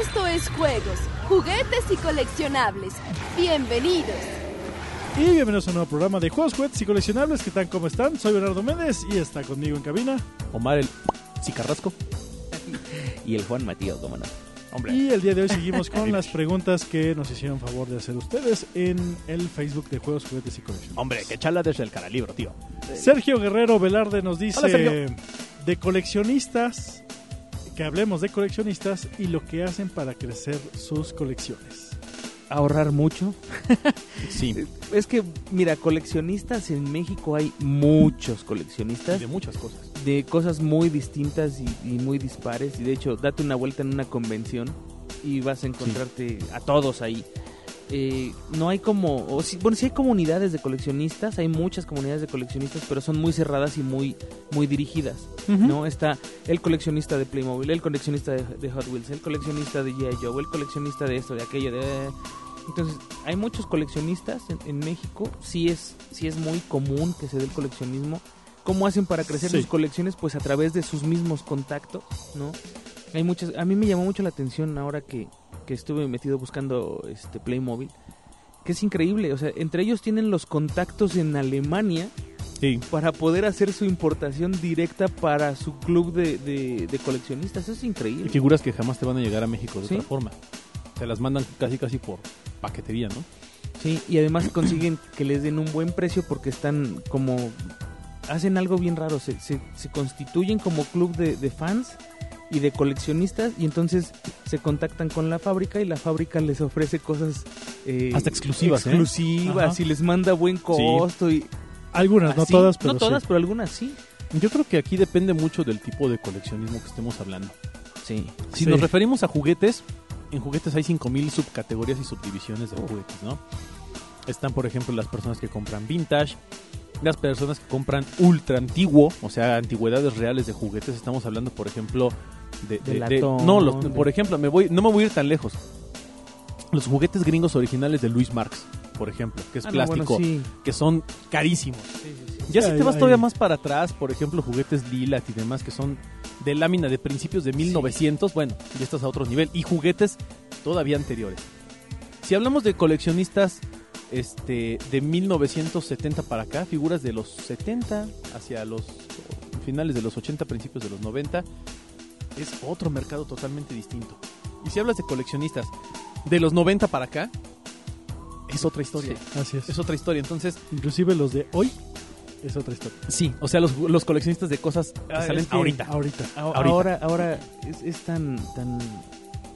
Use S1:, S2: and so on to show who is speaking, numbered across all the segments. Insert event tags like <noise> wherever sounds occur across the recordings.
S1: Esto es juegos, juguetes y coleccionables. Bienvenidos.
S2: Y bienvenidos a un nuevo programa de juegos, juguetes y coleccionables. ¿Qué tal? ¿Cómo están? Soy Bernardo Méndez y está conmigo en cabina.
S3: Omar el Cicarrasco y el Juan Matías, cómo no. Hombre.
S2: Y el día de hoy seguimos con
S3: <laughs>
S2: las preguntas que nos hicieron favor de hacer ustedes en el Facebook de Juegos, Juguetes y Coleccionables.
S3: Hombre, que chala desde el caralibro, tío.
S2: Sergio Guerrero Velarde nos dice
S3: Hola, Sergio.
S2: de coleccionistas, que hablemos de coleccionistas y lo que hacen para crecer sus colecciones.
S3: Ahorrar mucho.
S2: Sí.
S3: Es que, mira, coleccionistas en México hay muchos coleccionistas
S4: de muchas cosas.
S3: de cosas muy distintas y, y muy dispares. Y de hecho, date una vuelta en una convención y vas a encontrarte a todos ahí. Eh, no hay como, o sí- bueno, sí hay comunidades de coleccionistas, hay muchas comunidades de coleccionistas, pero son muy cerradas y muy, muy dirigidas. ¿no? Está el coleccionista de Playmobil, el coleccionista de, de Hot Wheels, el coleccionista de G.I. Joe, el coleccionista de esto, de aquello, de... Entonces, hay muchos coleccionistas en, en México, sí es, sí es muy común que se dé el coleccionismo. ¿Cómo hacen para crecer
S2: Sí.
S3: sus colecciones? Pues a través de sus mismos contactos, ¿no? Hay muchas, a mí me llamó mucho la atención ahora que, que estuve metido buscando este Playmobil, que es increíble, o sea, entre ellos tienen los contactos en Alemania
S2: Sí.
S3: para poder hacer su importación directa para su club de, de- de coleccionistas. Eso es
S4: Y
S3: increíble.
S4: figuras que jamás te van a llegar a México de
S3: ¿Sí?
S4: otra forma. Se las mandan casi casi por paquetería, ¿no?
S3: Sí,
S2: <clears throat>
S3: y además consiguen que les den un buen precio porque están como... Hacen algo bien raro, se, se- se constituyen como club de, de fans y de coleccionistas y entonces se contactan con la fábrica y la fábrica les ofrece cosas... eh,
S4: Hasta exclusivas, ¿eh?
S3: Exclusivas
S2: Ajá.
S3: y les manda buen costo y...
S2: Algunas, no
S3: así.
S2: todas, pero
S3: Ah, No
S2: sí.
S3: todas, pero algunas sí.
S4: Yo creo que aquí depende mucho del tipo de coleccionismo que estemos hablando.
S3: Sí.
S4: Si
S2: Sí.
S4: nos referimos a juguetes, en juguetes hay 5000 subcategorías y subdivisiones
S3: Oh.
S4: de juguetes, ¿no? Están, por ejemplo, las personas que compran vintage, las personas que compran ultra antiguo, o sea, antigüedades reales de juguetes. Estamos hablando, por ejemplo, de.
S3: De
S4: de- de-
S3: latón,
S4: no, los-
S3: de-
S4: por ejemplo, me voy, no me voy a ir tan lejos. Los juguetes gringos originales de Luis Marx, por ejemplo, que es
S3: Ah, no, bueno,
S4: plástico,
S3: sí.
S4: que son carísimos.
S3: Sí, sí, sí.
S4: Ya si
S2: Ay,
S4: te vas
S2: ay.
S4: todavía más para atrás, por ejemplo, juguetes lilas y demás que son de lámina de principios de 1900, bueno, ya estás a otro nivel. Y juguetes todavía anteriores. Si hablamos de coleccionistas este, de 1970 para acá, figuras de los 70 hacia los finales de los 80, principios de los 90, es otro mercado totalmente distinto. Y si hablas de coleccionistas de los 90 para acá, es otra historia.
S2: Así es.
S4: Es otra historia. Entonces,
S2: Inclusive los de hoy es otra historia.
S4: Sí, o sea, los, los coleccionistas de cosas que
S2: Ah,
S4: salen
S2: es que-
S4: ahorita.
S2: Ahorita.
S3: A- este,
S4: Ahorita.
S3: Ah, Ahora, ahora es, es tan, tan,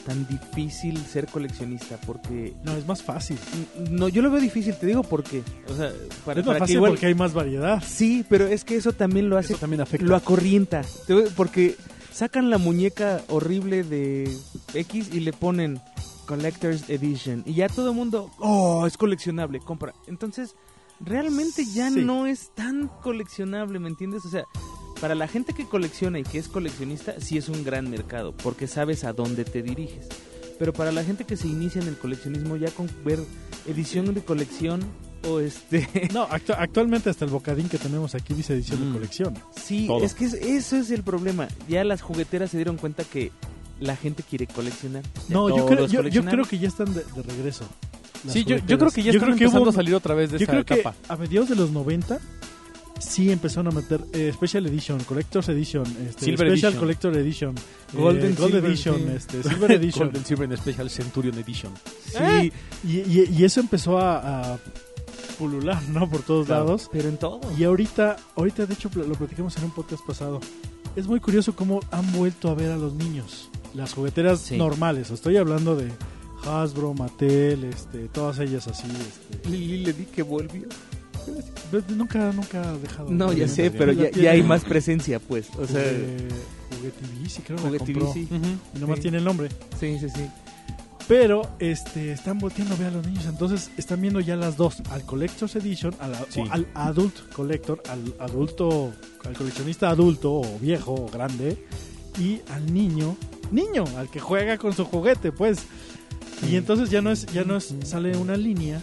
S3: tan difícil ser coleccionista porque
S2: No, es más fácil.
S3: n- no, yo lo veo difícil, te digo por qué. O sea, para,
S2: es más
S3: para
S2: fácil
S3: que igual-
S2: porque hay más variedad.
S3: sí, pero es que eso también lo hace,
S4: Eso también afecta.
S3: lo acorrienta, Te voy- porque sacan la muñeca horrible de X y le ponen Collector's Edition y ya todo el mundo, oh, es coleccionable, compra. Entonces realmente ya
S2: Sí.
S3: no es tan coleccionable, ¿me entiendes? O sea, para la gente que colecciona y que es coleccionista, sí es un gran mercado, porque sabes a dónde te diriges. Pero para la gente que se inicia en el coleccionismo, ya con ver edición de colección o este...
S2: No, actu- actualmente hasta el bocadín que tenemos aquí dice edición de
S4: Mm.
S2: colección.
S3: sí,
S4: Todo.
S3: es que es- eso es el problema. Ya las jugueteras se dieron cuenta que la gente quiere coleccionar. Ya
S2: No, yo
S3: todo
S2: creo,
S3: es
S2: yo, yo
S3: coleccionar.
S2: creo que ya están de, de regreso. las
S4: Sí, yo, yo
S2: jugueteras.
S4: creo que ya están
S2: creo que
S4: empezando
S2: hubo-
S4: a salir otra vez de
S2: Yo
S4: esa
S2: creo que
S4: etapa.
S2: a mediados de los 90 sí empezaron a meter eh, Special Edition, Collector's Edition, este,
S4: Silver
S2: Special
S4: Edition.
S2: Collector Edition, eh,
S3: Golden
S2: Gold
S3: Silver,
S2: Edition,
S3: sí.
S2: este,
S4: <laughs>
S2: Silver Edition.
S4: Golden Silver and Special Centurion Edition.
S2: Sí, y, y- y eso empezó a, a pulular, ¿no? Por todos
S4: Claro.
S2: lados.
S3: Pero en todo.
S2: Y ahorita, ahorita de hecho pl- lo platicamos en un podcast pasado. Es muy curioso cómo han vuelto a ver a los niños. Las jugueteras
S3: Sí.
S2: normales. Estoy hablando de Hasbro, Mattel, este, todas ellas así. este.
S3: Lili le di que volvió.
S2: Ve- Nunca, nunca ha dejado.
S3: No, ya
S2: Obviamente,
S3: sé, pero
S2: la
S3: ya,
S2: tiene
S3: ya hay más presencia, pues. O sea,
S2: Jugue- Juguetivici, creo que la compró.
S3: juguetivici.
S2: Y nomás
S3: Sí.
S2: tiene el nombre.
S3: Sí, sí, sí.
S2: Pero este, están volteando a ver a los niños. Entonces están viendo ya las dos: al Collector's Edition, a la-
S4: Sí.
S2: o al Adult Collector, al adulto, al coleccionista adulto o viejo o grande, y al niño, niño, al que juega con su juguete, pues. Y entonces ya no es, ya no es, sale una línea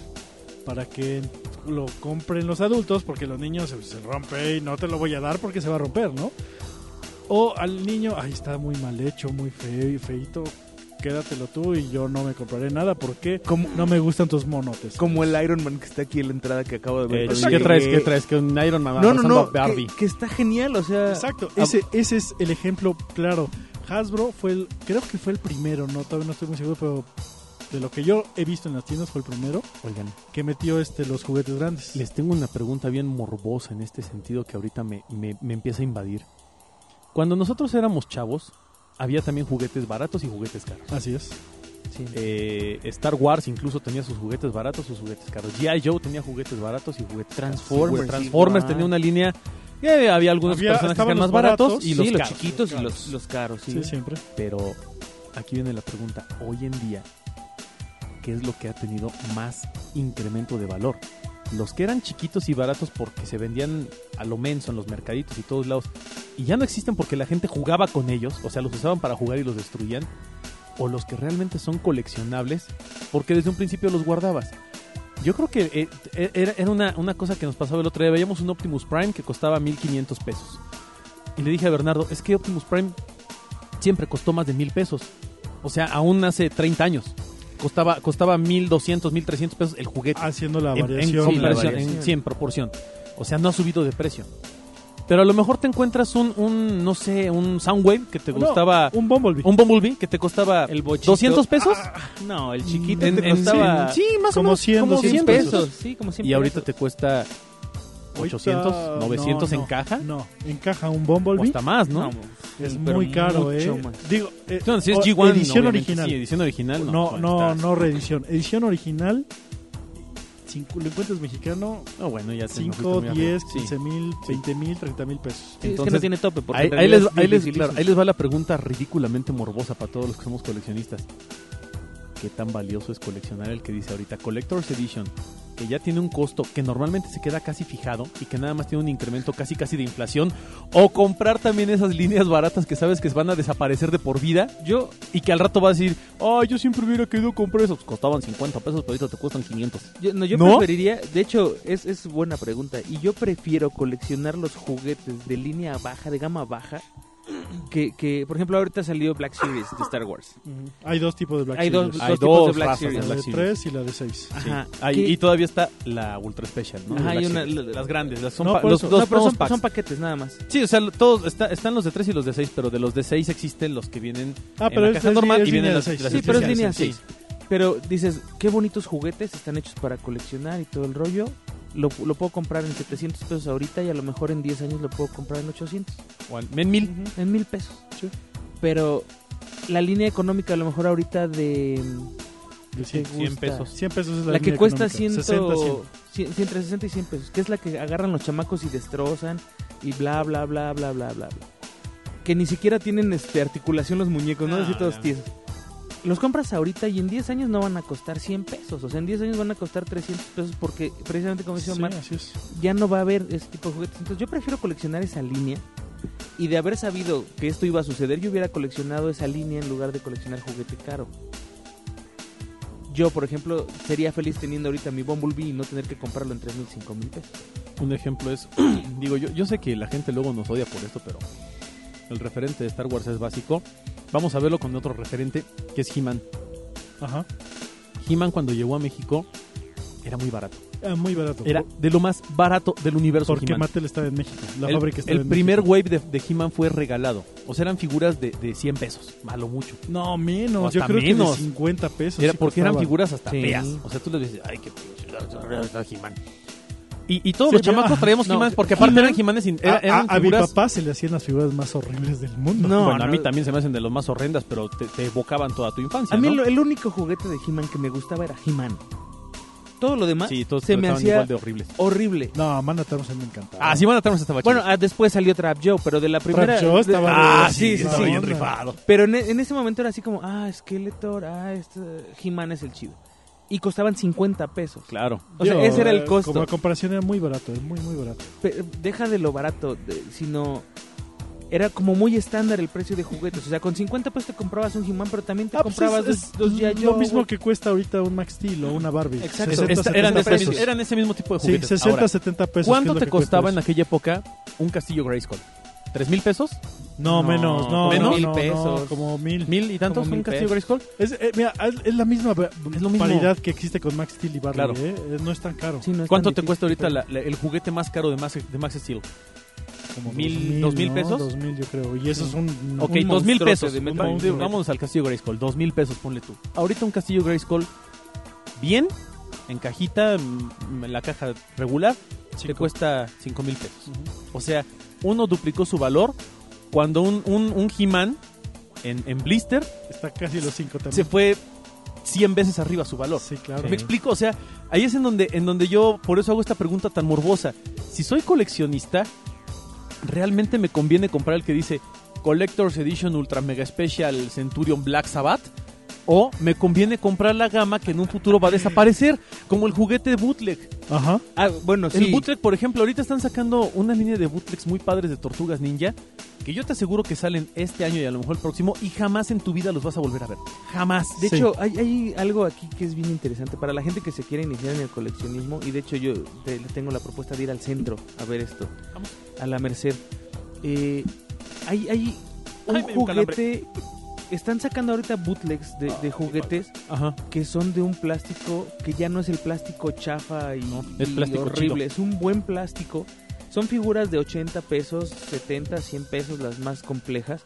S2: para que lo compren los adultos, porque los niños se, se rompe y no te lo voy a dar porque se va a romper, ¿no? O al niño, ay, está muy mal hecho, muy feo y feito. quédatelo tú y yo no me compraré nada porque
S3: Como,
S2: no me gustan tus monotes.
S3: como el Iron Man que está aquí en la entrada que acabo de ver.
S4: Eh,
S2: sí.
S4: ¿Qué traes? ¿Qué traes? Que un Iron Man
S3: No, no,
S4: abrazando a
S3: no. Que,
S4: Barbie.
S3: que está genial, o sea.
S2: Exacto, ese, ese es el ejemplo claro. Hasbro fue el, creo que fue el primero, no todavía no estoy muy seguro, pero de lo que yo he visto en las tiendas fue el primero
S4: Oigan,
S2: que metió este los juguetes grandes.
S4: les tengo una pregunta bien morbosa en este sentido que ahorita me, me- me empieza a invadir. Cuando nosotros éramos chavos, había también juguetes baratos y juguetes caros.
S2: Así es.
S3: Sí.
S4: Eh, Star Wars incluso tenía sus juguetes baratos, sus juguetes caros. G.I. Joe tenía juguetes baratos y juguetes caros.
S3: Transformers,
S4: Transformers
S3: igual.
S4: tenía una línea. que había algunos
S2: Había-
S4: personajes que
S2: estaban
S4: eran más
S2: los
S4: baratos,
S2: baratos,
S4: y
S3: Sí,
S4: los,
S3: los
S4: caros.
S3: chiquitos
S2: los
S3: y
S2: caros.
S3: los, los caros, sí.
S2: Sí, siempre.
S4: Pero aquí viene la pregunta. Hoy en día, ¿qué es lo que ha tenido más incremento de valor? Los que eran chiquitos y baratos porque se vendían a lo menso en los mercaditos y todos lados. Y ya no existen porque la gente jugaba con ellos. O sea, los usaban para jugar y los destruían. O los que realmente son coleccionables porque desde un principio los guardabas. Yo creo que eh, eh, era, era una, una cosa que nos pasaba el otro día. Veíamos un Optimus Prime que costaba 1500 pesos. Y le dije a Bernardo, es que Optimus Prime siempre costó más de mil pesos. O sea, aún hace 30 años. Costaba, costaba 1.200, 1.300 pesos el juguete.
S2: Haciendo la
S4: en, en
S2: variación.
S4: comparación,
S3: la variación.
S4: en- sí, en proporción. O sea, no ha subido de precio. Pero a lo mejor te encuentras un, un no sé, un Soundwave que te
S2: No,
S4: gustaba...
S2: un Bumblebee.
S4: un Bumblebee que te costaba
S3: El bochito.
S4: 200 pesos.
S2: Ah,
S3: No, el chiquito
S4: En-
S3: te
S4: en-
S3: costaba.
S4: sí, más
S2: como
S4: o menos
S2: 100,
S4: como
S2: 200
S3: pesos.
S4: 100
S3: Sí, como siempre.
S4: Y ahorita te cuesta
S2: Ahorita-
S4: 800, 900
S2: no,
S4: en
S2: no,
S4: caja.
S2: No, en caja un
S4: O
S2: Bumblebee
S4: hasta más, ¿no?
S2: es
S3: sí, pero
S2: muy caro, eh.
S3: mucho más.
S2: Digo, eh,
S4: Entonces, si es
S2: o-
S4: G1,
S2: edición
S4: obviamente,
S2: original.
S4: sí, edición original.
S2: no,
S4: No,
S2: no,
S4: está-
S2: no reedición. Edición original, cinco- lo encuentras mexicano,
S4: No, bueno, ya te- nos fuiste
S2: 5,
S4: muy arriba.
S2: 10,
S4: Sí.
S2: 15 mil, 20 mil, 30 mil pesos.
S3: Sí, es que
S4: Entonces,
S3: no tiene tope. Porque
S4: Ahí,
S3: en
S4: ahí
S3: realidad
S4: les,
S3: es
S4: ahí les-
S3: dificilísimo.
S4: claro, ahí les va la pregunta ridículamente morbosa para todos los que somos coleccionistas. ¿Qué tan valioso es coleccionar el que dice ahorita Collector's Edition? Que ya tiene un costo que normalmente se queda casi fijado y que nada más tiene un incremento casi casi de inflación. O comprar también esas líneas baratas que sabes que van a desaparecer de por vida
S3: Yo,
S4: y que al rato vas a decir, ¡ay, yo siempre hubiera querido comprar esos! Costaban 50 pesos, pero ahorita te cuestan 500.
S3: yo, no, yo
S4: ¿No?
S3: preferiría. De hecho, es, es buena pregunta. Y yo prefiero coleccionar los juguetes de línea baja, de gama baja. Que, que, por ejemplo, ahorita salió Black Series de Star Wars.
S2: Hay dos tipos de Black
S3: Hay dos,
S2: Series.
S4: Hay
S3: dos tipos de
S4: dos
S3: Black
S4: razas de
S2: la
S3: Series.
S4: Black
S2: de
S4: Series.
S2: 3 y la de Ah, 6.
S3: Ajá.
S4: Ahí-
S3: que-
S4: y todavía está la Ultra Special, ¿no?
S3: Ajá,
S4: La
S3: y
S4: que-
S3: una- la-
S4: las grandes, las son
S2: No,
S4: pa-
S2: por
S4: los,
S2: eso.
S4: los
S3: no, pero
S4: promos
S3: son,
S4: packs.
S3: son paquetes nada más.
S4: Sí, o sea, lo- todos está- están los de 3 y los de 6, pero de los de 6 existen los que vienen
S2: Ah,
S4: en
S2: pero
S4: la
S2: es,
S4: caja
S2: es-
S4: normal
S2: es
S4: y vienen
S2: línea de
S4: las,
S2: seis.
S4: las
S3: Sí, pero es
S4: especiales.
S3: línea
S4: Sí.
S3: 6. Pero dices, qué bonitos juguetes están hechos para coleccionar y todo el rollo. Lo, lo puedo comprar en 700 pesos ahorita y a lo mejor en 10 años lo puedo comprar en 800,
S4: O al- en mil.
S3: en 1000 pesos. Pero la línea económica a lo mejor ahorita de...
S2: De
S3: ¿qué
S2: 100,
S3: te
S4: 100
S3: gusta?
S4: pesos.
S2: 100 pesos es la
S3: La que
S2: línea
S3: cuesta
S2: económica.
S3: 100,
S2: 60, 100.
S3: cien- sí, entre 60 y 100 pesos, que es la que agarran los chamacos y destrozan y bla, bla, bla, bla, bla, bla, bla. Que ni siquiera tienen este, articulación los muñecos, ¿no?
S4: No,
S3: Así todos
S4: no.
S3: tiesos. Los compras ahorita y en 10 años no van a costar 100 pesos. O sea, en 10 años van a costar 300 pesos porque precisamente como
S2: Sí,
S3: decía Omar,
S2: así es.
S3: ya no va a haber ese tipo de juguetes. Entonces yo prefiero coleccionar esa línea. Y de haber sabido que esto iba a suceder, yo hubiera coleccionado esa línea en lugar de coleccionar juguete caro. Yo, por ejemplo, sería feliz teniendo ahorita mi Bumblebee y no tener que comprarlo en 3 mil, 5 mil pesos.
S4: Un ejemplo es, <clears throat> digo, yo, yo sé que la gente luego nos odia por esto, pero el referente de Star Wars es básico. Vamos a verlo con otro referente, que es He-Man.
S2: Ajá.
S4: He-Man cuando llegó a México era muy barato.
S2: Ah, muy barato.
S4: Era de lo más barato del universo
S2: Porque
S4: He-Man.
S2: Mattel estaba en México. La
S4: el,
S2: fábrica estaba
S4: el
S2: en
S4: primer
S2: México.
S4: wave de, de He-Man fue regalado. O sea, eran figuras de, de 100 pesos, malo mucho.
S2: No,
S4: O
S2: menos.
S4: hasta
S2: Yo creo
S4: menos.
S2: que de 50 pesos.
S4: Era
S2: sí
S4: porque eran
S2: costaba.
S4: figuras hasta
S3: Sí.
S4: feas. O sea, tú les dices, ay, qué feo está He-Man. Y, y todos
S2: Sí,
S4: los
S2: pero-
S4: chamacos traíamos
S3: no,
S4: He-Man porque aparte
S2: He-Man-
S4: eran Jimanes
S2: A,
S4: eran
S2: a- a mi
S4: figuras-
S2: papá se le hacían las figuras más horribles del mundo.
S3: No,
S4: bueno, a
S3: no.
S4: mí también se me hacen de los más horrendas, pero te, te evocaban toda tu infancia.
S3: A mí
S4: ¿no?
S3: lo- el único juguete de He-Man que me gustaba era He-Man. Todo lo demás
S4: Sí, todos
S3: se me
S4: estaban
S3: hacía
S4: igual de horribles.
S3: horrible.
S2: No, Manatar se me encantaba.
S4: Ah, sí, bueno, tenemos esta
S3: Bueno, ah, después salió Trap Joe, pero de la primera...
S2: Joe estaba
S3: de-
S4: Ah,
S2: sí,
S4: sí, sí,
S2: estaba
S4: sí,
S2: bien
S4: onda.
S2: rifado.
S3: Pero en, e- en ese momento era así como, ah, Skeletor, ah, este, He-Man es el chido. Y costaban 50 pesos.
S4: Claro.
S3: O sea,
S2: Yo,
S3: ese era el
S2: eh,
S3: costo.
S2: Como a comparación era muy barato, era muy, muy barato.
S3: Pe- Deja de lo barato, de- sino... Era como muy estándar el precio de juguetes. O sea, con 50 pesos te comprabas un He-Man, pero también te
S2: Ah, pues
S3: comprabas
S2: es-
S3: dos, dos
S2: es
S3: G.I.
S2: lo
S3: Joe,
S2: mismo
S3: güey.
S2: que cuesta ahorita un Max Steel o una Barbie.
S3: Exacto.
S4: Esta-
S2: 60,
S4: eran,
S2: 70
S4: ese mismo,
S2: pesos.
S4: eran ese mismo tipo de
S2: Sí,
S4: juguetes.
S2: 60,
S4: Ahora,
S2: 70 pesos. que es
S4: ¿Cuánto
S2: lo
S4: te
S2: que
S4: costaba
S2: cuesta
S4: en
S2: eso.
S4: aquella época un castillo Grayskull? ¿Tres mil pesos?
S2: No,
S3: No,
S2: menos, no.
S3: como
S2: no,
S3: mil
S2: no, no,
S3: pesos.
S2: como mil.
S4: ¿Mil y tantos
S3: Como
S4: fue
S3: mil
S4: un castillo
S3: pesos.
S4: Grayskull?
S2: Es, eh, mira, es, es la misma
S4: Es lo mismo.
S2: paridad que existe con Max Steel y Barney.
S4: Claro.
S2: ¿eh? Eh, No es tan caro.
S3: Sí, no es
S4: ¿Cuánto
S3: tan
S4: te
S3: difícil,
S4: cuesta ahorita
S3: pero-
S4: la- la- el juguete más caro de Max, de Max Steel?
S2: Como
S4: mil- dos mil pesos.
S2: Dos mil, yo creo. Y eso
S4: Sí.
S2: es un.
S4: Ok,
S3: Un
S4: dos mil
S3: monstruote
S4: pesos.
S3: de
S4: Un
S3: Metroid.
S4: mon- de- vámonos al castillo Grayskull. Dos mil pesos, ponle tú. Ahorita un castillo Grayskull bien, en cajita, mm, en la caja regular, te
S2: Cinco.
S4: cuesta cinco mil pesos. O sea, uno duplicó su valor cuando un, un, un He-Man en, en Blister
S2: Está casi los cinco
S4: se
S2: también.
S4: fue 100 veces arriba su valor.
S2: Sí, claro.
S4: ¿Me explico? O sea, ahí es en donde, en donde yo por eso hago esta pregunta tan morbosa. Si soy coleccionista, ¿realmente me conviene comprar el que dice Collector's Edition Ultra Mega Special Centurion Black Sabbath? ¿O me conviene comprar la gama que en un futuro va a desaparecer? Como el juguete de bootleg.
S2: Ajá.
S3: Ah, bueno, sí.
S4: El bootleg, por ejemplo, ahorita están sacando una línea de bootlegs muy padres de Tortugas Ninja. Que yo te aseguro que salen este año y a lo mejor el próximo. Y jamás en tu vida los vas a volver a ver. Jamás.
S3: De
S2: Sí.
S3: hecho, hay, hay algo aquí que es bien interesante para la gente que se quiere iniciar en el coleccionismo y de hecho yo te- le tengo la propuesta de ir al centro a ver esto,
S4: Vamos.
S3: a la Merced. Eh, hay, hay un
S4: Ay, me dio un
S3: juguete, están sacando ahorita bootlegs de, de juguetes
S4: Ajá.
S3: que son de un plástico que ya no es el plástico chafa y,
S4: es
S3: y
S4: plástico
S3: horrible, es un buen plástico. Son figuras de 80 pesos, 70, 100 pesos, las más complejas.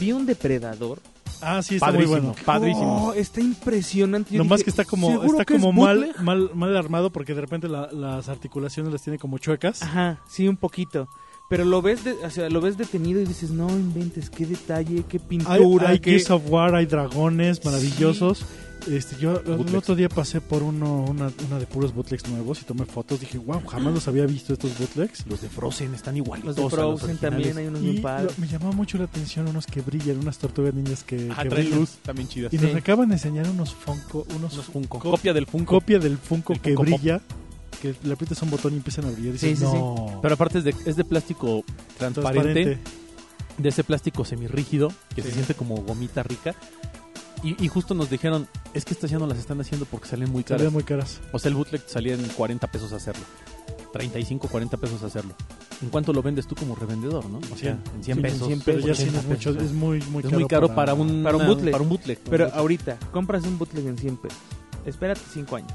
S3: Vi un depredador
S2: Ah, sí, está
S4: Padrísimo.
S2: muy bueno.
S4: Padrísimo.
S3: Oh, está impresionante. Yo
S2: Lo más
S3: dije,
S2: que está como,
S3: ¿seguro
S2: está
S3: que es
S2: como mal,
S3: bootleg?
S2: mal, mal armado porque de repente la- las articulaciones las tiene como chuecas.
S3: Ajá, sí, un poquito. Pero lo ves, de- o sea, lo ves detenido y dices, no inventes, qué detalle, qué
S2: Hay,
S3: pintura.
S2: hay
S3: qué...
S2: Gears of War, hay dragones maravillosos. Este, yo
S4: Bootlegs.
S2: el otro día pasé por uno, una, una de puros bootlegs nuevos y tomé fotos. Dije, wow, jamás los había visto estos bootlegs.
S4: Los de Frozen están
S3: Los
S4: igualitos.
S3: de
S4: a
S3: Frozen
S4: originales.
S3: también hay unos
S2: Y
S3: bien
S2: lo-
S3: padres.
S2: me llamaba mucho la atención unos que brillan, unas tortugas niñas que,
S4: Ajá,
S2: que
S4: Ah, traen
S2: brillan.
S4: luz también chidas.
S2: Y
S3: Sí.
S2: nos acaban de enseñar unos Funko, unos,
S4: Unos Funko.
S2: co-
S4: Copia del Funko.
S2: copia del Funko
S4: El
S2: que
S4: Funko Pop.
S2: brilla, que le aprietas un botón y empiezan a brillar. Y
S3: Sí,
S2: dices,
S3: sí, sí.
S2: "No".
S4: Pero aparte es de, es de plástico transparente, de ese plástico semirrígido que se
S2: Sí.
S4: siente como gomita rica. Y, y justo nos dijeron, es que estas ya no las están haciendo porque salen muy caras.
S2: Salían muy caras.
S4: O sea, el bootleg salía en 40 pesos hacerlo. 35, 40 pesos hacerlo. ¿En cuánto lo vendes tú como revendedor, no? O sea, en 100
S2: Sí,
S4: pesos.
S3: en 100
S2: Pero ya sí
S4: 80
S2: es mucho,
S4: pesos.
S2: es muy, muy
S4: Es
S2: caro.
S4: muy caro para, un,
S3: para un
S4: una-
S3: bootleg.
S4: Para un bootleg.
S3: Pero ahorita, compras un bootleg en 100 pesos. Espérate 5 años,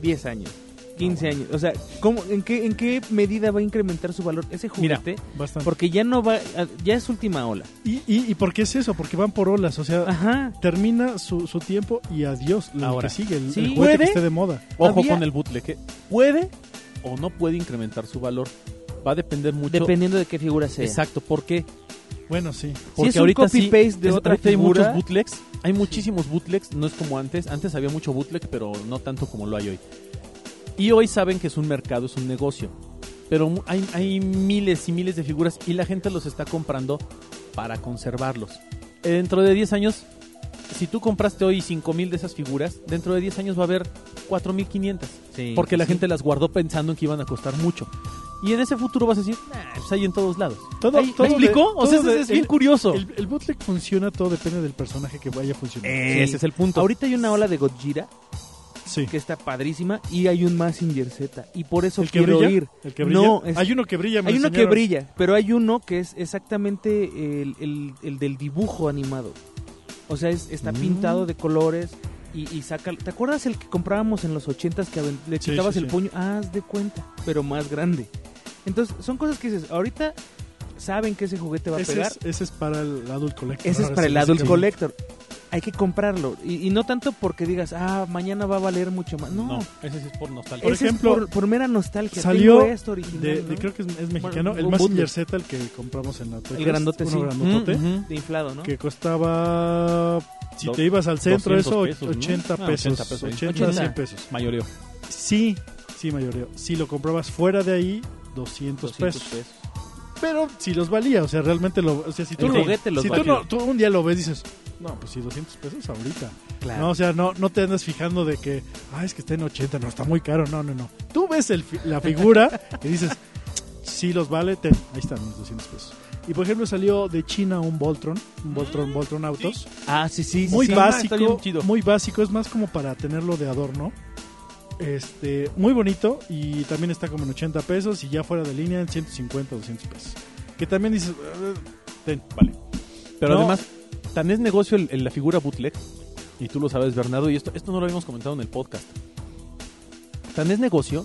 S3: 10 años, 15 años. O sea, ¿cómo, en, qué, ¿en qué medida va a incrementar su valor ese
S4: Mira.
S3: juguete?
S2: Bastante.
S3: Porque ya no va, ya es última ola.
S2: ¿Y, y, y por qué es eso? Porque van por olas, o
S4: <laughs>
S2: sea,
S3: Ajá.
S2: termina su, su tiempo y adiós. Lo
S4: Ahora,
S2: que sigue, el,
S3: sí.
S2: el juguete
S3: ¿Puede?
S2: que esté de moda.
S4: Ojo
S3: Había-
S4: con el bootleg. ¿eh? Puede o no puede incrementar su valor. Va a depender mucho.
S3: Dependiendo de qué figura sea.
S4: Exacto, porque
S2: Bueno, sí.
S4: porque
S3: es un copy-paste de
S4: es-
S3: otra
S4: ahorita hay
S3: figura.
S4: muchos bootlegs, hay muchísimos bootlegs, no es como antes, antes había mucho bootleg, pero no tanto como lo hay hoy. Y hoy saben que es un mercado, es un negocio, pero mu- hay, hay miles y miles de figuras y la gente los está comprando para conservarlos. Eh, Dentro de 10 años, si tú compraste hoy 5000 de esas figuras, dentro de 10 años va a haber 4500
S3: Sí,
S4: porque la
S3: sí.
S4: gente las guardó pensando en que iban a costar mucho. Y en ese futuro vas a decir, "Nah, pues hay en todos lados.
S2: Todo-
S4: Ahí- ¿Me
S2: todo
S4: explicó?
S2: de-
S4: o sea,
S2: todo
S4: es,
S2: de-
S4: es bien
S2: el-
S4: curioso.
S2: El, el bootleg funciona, todo depende del personaje que vaya funcionando.
S4: Ese es el punto.
S3: Ahorita hay una ola de Gojira
S2: Sí.
S3: Eh, que está padrísima y hay un Massinger Z y por eso
S2: ¿El que
S3: quiero
S2: brilla?
S3: ir.
S2: ¿El que brilla?
S3: No, es-
S2: Hay uno que brilla, me
S3: Hay uno que
S2: enseñaron.
S3: brilla, pero hay uno que es exactamente el, el- el del dibujo animado. O sea, es- está
S2: Mm.
S3: pintado de colores y, y saca... ¿Te acuerdas el que comprábamos en los ochentas que aven- le
S2: Sí,
S3: quitabas
S2: sí,
S3: el
S2: sí.
S3: puño? Ah, haz de cuenta, pero más grande. Entonces, son cosas que dices, ahorita saben que ese juguete va a
S2: Ese
S3: pegar.
S2: es, ese es para el adult collector.
S3: Ese es
S2: ahora
S3: para
S2: sí,
S3: el adult
S2: que-
S3: collector. Hay que comprarlo. Y, y no tanto porque digas, ah, mañana va a valer mucho más. No,
S4: No, ese sí es por nostalgia.
S2: Por
S3: ese
S2: ejemplo,
S3: es por, por mera nostalgia.
S2: salió
S3: Tengo esto original,
S2: De,
S3: ¿no?
S2: de- creo que es, es mexicano.
S3: Bueno,
S2: el
S3: un bootleg.
S2: Messenger Z, el que compramos en la Toy Fest,
S3: grandote,
S2: uno
S3: sí.
S2: grandotote,
S4: Mm, ujú.
S3: De inflado, ¿no?
S2: Que costaba. Si
S4: Do-
S2: te ibas al centro,
S4: 200
S2: eso,
S4: pesos, ¿no?
S2: 80
S4: Ah,
S2: pesos.
S4: 80 pesos,
S2: 80,
S3: 80.
S2: 100 pesos.
S4: Mayoreo.
S2: Sí, sí, mayoreo. Si lo comprabas fuera de ahí, 200,
S3: 200
S2: pesos. Pero si los valía, o sea, realmente lo. O sea, si tú,
S3: El
S2: lo-
S3: juguete los
S2: si tú,
S3: valía.
S2: no- tú un día lo ves, dices, no, pues sí, 200 pesos ahorita.
S3: Claro.
S2: No, o sea, no, no te andas fijando de que, ah, es que está en 80, no, está muy caro. No, no, no. Tú ves el fi- la figura y dices, sí los vale, ten, ahí están mis 200 pesos. Y por ejemplo, salió de China un Voltron, un Voltron, Voltron Autos
S3: Ah, Mm, sí, sí. sí,
S2: muy
S3: sí. Ah,
S2: básico,
S4: está bien chido.
S2: muy básico, es más como para tenerlo de adorno. Este, muy bonito y también está como en 80 pesos y ya fuera de línea en 150, 200 pesos. Que también dices, "Ah,
S4: Ten, vale. Pero
S2: No.
S4: además, tan es negocio el- el- la figura bootleg, y tú lo sabes, Bernardo, y esto, esto no lo habíamos comentado en el podcast. Tan es negocio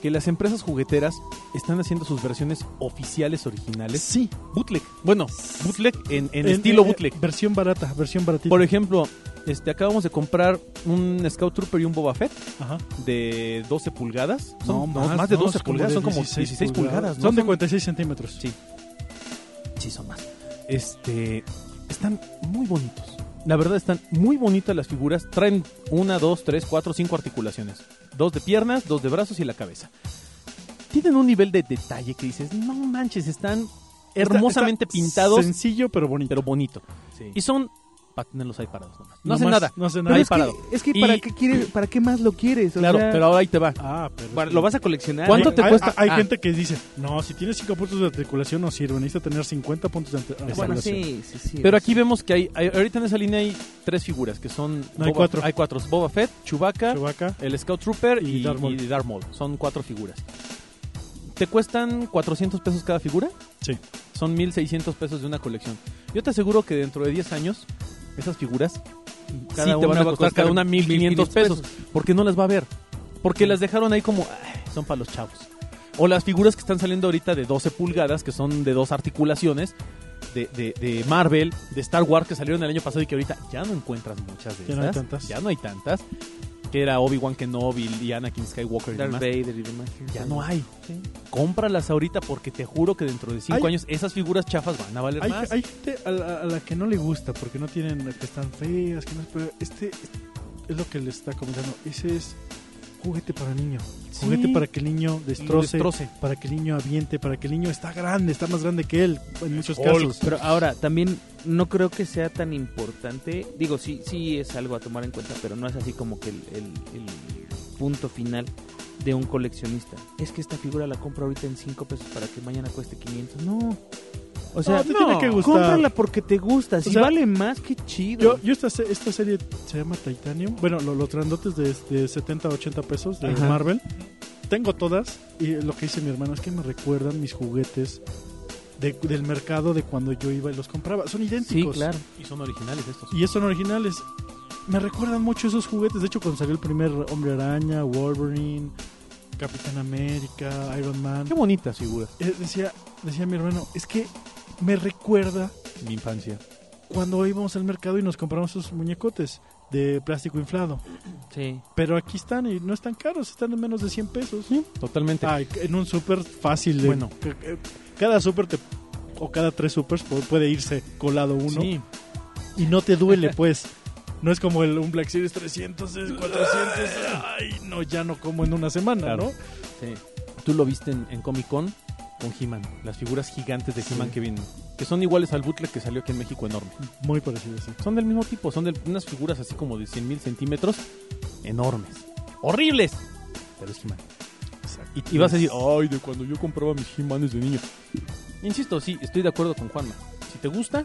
S4: que las empresas jugueteras están haciendo sus versiones oficiales originales
S2: Sí.
S4: bootleg. Bueno, bootleg en, en
S2: En-
S4: estilo
S2: en-
S4: bootleg.
S2: Versión barata, versión baratita.
S4: Por ejemplo, este, acabamos de comprar un Scout Trooper y un Boba Fett
S2: Ajá.
S4: de 12 pulgadas. Son
S2: No,
S4: no, más, de
S2: no,
S4: 12
S2: es como
S4: pulgadas,
S2: de
S4: son como 16, pulgadas. ¿no?
S2: Son de 46 centímetros.
S4: Sí. Sí, son más. Este, están muy bonitos. La verdad están muy bonitas las figuras. Traen una, dos, tres, cuatro, cinco articulaciones. Dos de piernas, dos de brazos y la cabeza. Tienen un nivel de detalle que dices, no manches, están
S2: Está-
S4: hermosamente
S2: está
S4: pintados,
S2: Sencillo, pero bonito.
S4: pero bonito.
S2: Sí.
S4: Y son para tenerlos ahí parados nomás. No,
S2: Nomás
S4: hacen nada.
S2: No hacen nada.
S4: Pero
S3: Pero
S4: ahí
S3: es,
S4: parado.
S3: que, es que
S4: Y-
S3: ¿para, qué quieres, ¿para qué más lo quieres? O
S4: Claro,
S3: sea,
S4: pero ahora ahí te va.
S2: Ah, pero.
S3: para- lo vas a coleccionar.
S4: ¿Cuánto te
S2: hay,
S4: cuesta?
S2: Hay, hay
S4: Ah.
S2: gente que dice, no, si tienes 5 puntos de articulación no sirve, necesitas tener 50 puntos de ante- Ah, articulación.
S3: Bueno, sí, sí, sí.
S4: Pero aquí vemos que hay, hay- ahorita en esa línea hay tres figuras que son...
S2: No, hay
S4: Boba-
S2: cuatro.
S4: Hay cuatro. Boba Fett, Chewbacca,
S2: Chewbacca,
S4: El Scout Trooper
S2: Y
S4: y, y
S2: Darth
S4: Darth
S2: Maul.
S4: Maul. Son cuatro figuras. ¿Te cuestan 400 pesos cada figura?
S2: Sí.
S4: Son 1600 pesos de una colección. Yo te aseguro que dentro de 10 años, esas figuras
S3: Cada
S4: sí te
S3: una
S4: van a
S3: va a
S4: costar cada
S3: costar
S4: una 1500 pesos,
S3: 1500
S4: Porque no las va a ver. Porque las dejaron ahí como, "Ay, son para los chavos. O las figuras que están saliendo ahorita de 12 pulgadas, que son de dos articulaciones, de, de- de Marvel, de Star Wars, que salieron el año pasado y que ahorita ya no encuentras muchas de
S2: Ya
S4: esas.
S2: no hay tantas.
S4: Ya no hay tantas. Que era Obi-Wan Kenobi y Anakin Skywalker y
S3: Darth
S4: demás.
S3: Vader y demás.
S4: Ya no hay. Cómpralas ahorita porque te juro que dentro de 5
S2: Hay-
S4: años esas figuras chafas van a valer
S2: Hay,
S4: más.
S2: hay gente a la, a la que no le gusta porque no tienen, que están feas, que no es, pero este es lo que les está comentando. Ese es juguete para niño.
S4: Sí.
S2: Juguete para que el niño
S4: Lo
S2: destroce,
S4: destroce.
S2: para que el niño aviente, para que el niño está grande, está más grande que él en muchos
S4: Hulk.
S2: casos.
S3: Pero ahora, también no creo que sea tan importante. Digo, sí, sí es algo a tomar en cuenta, pero no es así como que el, el- el punto final de un coleccionista. Es que esta figura la compro ahorita en 5 pesos para que mañana cueste 500. No. O sea,
S2: Ah, No, te tiene que gustar.
S3: cómprala porque te gusta. Si
S2: sea,
S3: vale más, qué chido.
S2: Yo, yo esta, se- esta serie se llama Titanium. Bueno, lo- los grandotes de, de 70 a 80 pesos de
S3: Ajá.
S2: Marvel. Tengo todas. Y lo que dice mi hermano es que me recuerdan mis juguetes de- del mercado de cuando yo iba y los compraba. Son
S3: sí,
S2: idénticos.
S3: claro.
S4: Y son originales estos.
S2: Y son originales. Me recuerdan mucho esos juguetes. De hecho, cuando salió el primer Hombre Araña, Wolverine, Capitán América, Iron Man.
S4: Qué bonitas figuras.
S2: eh, decía, decía mi hermano, es que me recuerda
S4: Mi infancia.
S2: cuando íbamos al mercado y nos compramos esos muñecotes de plástico inflado.
S3: Sí.
S2: Pero aquí están y no están caros, están en menos de 100 pesos.
S4: Totalmente.
S2: Ay, en un súper fácil. de-
S4: Bueno.
S2: que- que- Cada súper te- o cada tres supers pu- puede irse colado uno
S4: Sí.
S2: y no te
S4: <laughs>
S2: duele, pues. No es como el, un Black Series 300, es 400. Ay, no, ya no como en una semana,
S4: Claro.
S2: ¿no?
S4: Sí. Tú lo viste en, en Comic Con con He-Man. Las figuras gigantes de He-Man que vienen. Que son iguales al bootleg que salió aquí en México enorme.
S2: Muy parecido, sí.
S4: Son del mismo tipo. Son de unas figuras así como de 100 mil centímetros. Enormes. Horribles. Pero es He-Man. Y, y vas a decir, "Oh, ay, de cuando yo compraba mis He-Manes de niño. Insisto, sí, estoy de acuerdo con Juanma. Si te gusta,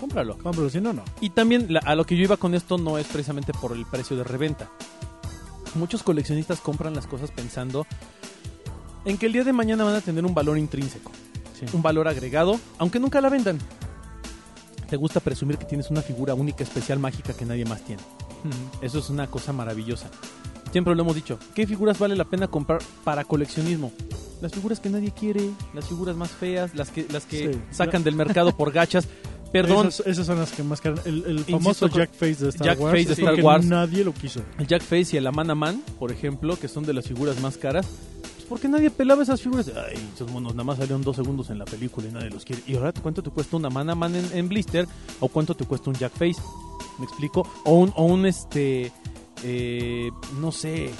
S4: cómpralo.
S2: No, pero si no, no.
S4: Y también la- a lo que yo iba con esto no es precisamente por el precio de reventa. Muchos coleccionistas compran las cosas pensando en que el día de mañana van a tener un valor intrínseco, un valor agregado, aunque nunca la vendan. Te gusta presumir que tienes una figura única, especial, mágica que nadie más tiene. Eso es una cosa maravillosa. Siempre lo hemos dicho, ¿qué figuras vale la pena comprar para coleccionismo? Las figuras que nadie quiere, las figuras más feas, las que, las que
S2: Sí.
S4: sacan del mercado por gachas. Perdón,
S2: Esas, esas son las que más caras. El, el famoso
S4: con-
S2: Jack Face de Star
S4: Jack
S2: Wars.
S4: Face de
S2: es
S4: Star
S2: porque
S4: Wars.
S2: Nadie lo quiso.
S4: el Jack Face y el Amana Man, por ejemplo, que son de las figuras más caras, pues porque nadie pelaba esas figuras. Ay, esos monos nada más salieron dos segundos en la película y nadie los quiere. Y ahora, ¿cuánto te cuesta un Amana Man en, en blister? ¿O cuánto te cuesta un Jack Face? ¿Me explico? O un, o un este, eh, no sé,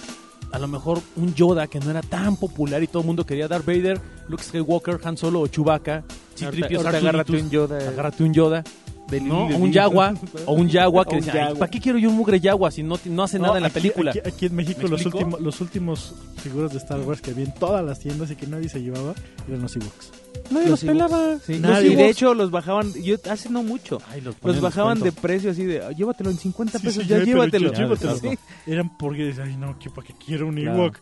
S4: a lo mejor un Yoda que no era tan popular y todo el mundo quería Darth Vader, Luke Skywalker, Han Solo o Chewbacca.
S3: Ahorita-
S4: C-3PO,
S3: ahorita agárrate
S4: Arturitus,
S3: un Yoda.
S4: agárrate un Yoda.
S3: del-
S4: ¿no?
S3: del-
S4: O un yagua, o un yagua que
S3: O un
S4: dice, "Ay,
S3: yagua".
S4: ¿para qué quiero yo un mugre yagua si no, ti- no hace
S2: No,
S4: nada en la
S2: aquí-
S4: película?
S2: Aquí, aquí en México
S4: ¿Me
S2: los
S4: explico?
S2: últimos, los últimos figuras de Star Wars que había en todas las tiendas y que nadie se llevaba eran los Ewoks.
S4: Nadie
S3: los Ewoks. Sí.
S2: Nadie.
S3: Y de hecho los bajaban, yo hace no mucho.
S4: Ay, los
S3: Los
S4: ponían
S3: bajaban de
S4: descuento.
S3: precio así de, "Ah, llévatelo en 50
S2: Sí,
S4: pues,
S3: pesos,
S2: sí,
S3: ya
S2: llévatelo,
S3: llévatelo.
S4: llévatelo.
S3: Sí.
S2: Eran porque decían, ay no, que para qué quiero un
S4: Claro.
S2: Ewok.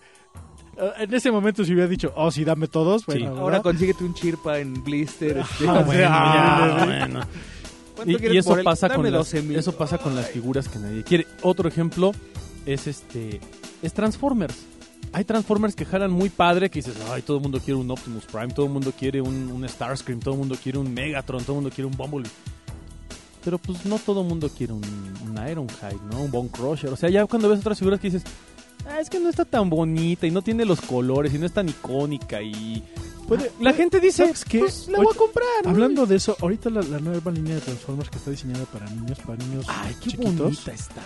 S2: Eh, En ese momento si hubiera dicho, oh, sí, dame todos. Bueno,
S4: Sí.
S2: ¿verdad?
S3: Ahora consíguete un chirpa en blister.
S2: <laughs>
S3: este.
S2: Ah, bueno, ya,
S4: bueno.
S3: ¿Cuánto
S4: Y,
S3: quieres
S4: y eso,
S3: por él?
S4: pasa
S3: Dame
S4: con las,
S3: 12,000.
S4: eso pasa con las figuras que nadie quiere. Otro ejemplo es este es Transformers. Hay Transformers que jalan muy padre, que dices, ay, todo el mundo quiere un Optimus Prime, todo el mundo quiere un, un Starscream, todo el mundo quiere un Megatron, todo el mundo quiere un Bumblebee. Pero pues no todo el mundo quiere un, un Ironhide, ¿no? Un Bone Crusher. O sea, ya cuando ves otras figuras que dices, ah, es que no está tan bonita y no tiene los colores y no es tan icónica y...
S2: Puede-
S4: la gente dice,
S2: ¿sabes qué?
S4: pues la voy a
S2: Ahorita-
S4: comprar. ¿no?
S2: Hablando de eso, ahorita la, la nueva línea de Transformers que está diseñada para niños, para niños
S4: Ay, qué
S2: chiquitos.
S4: bonita está.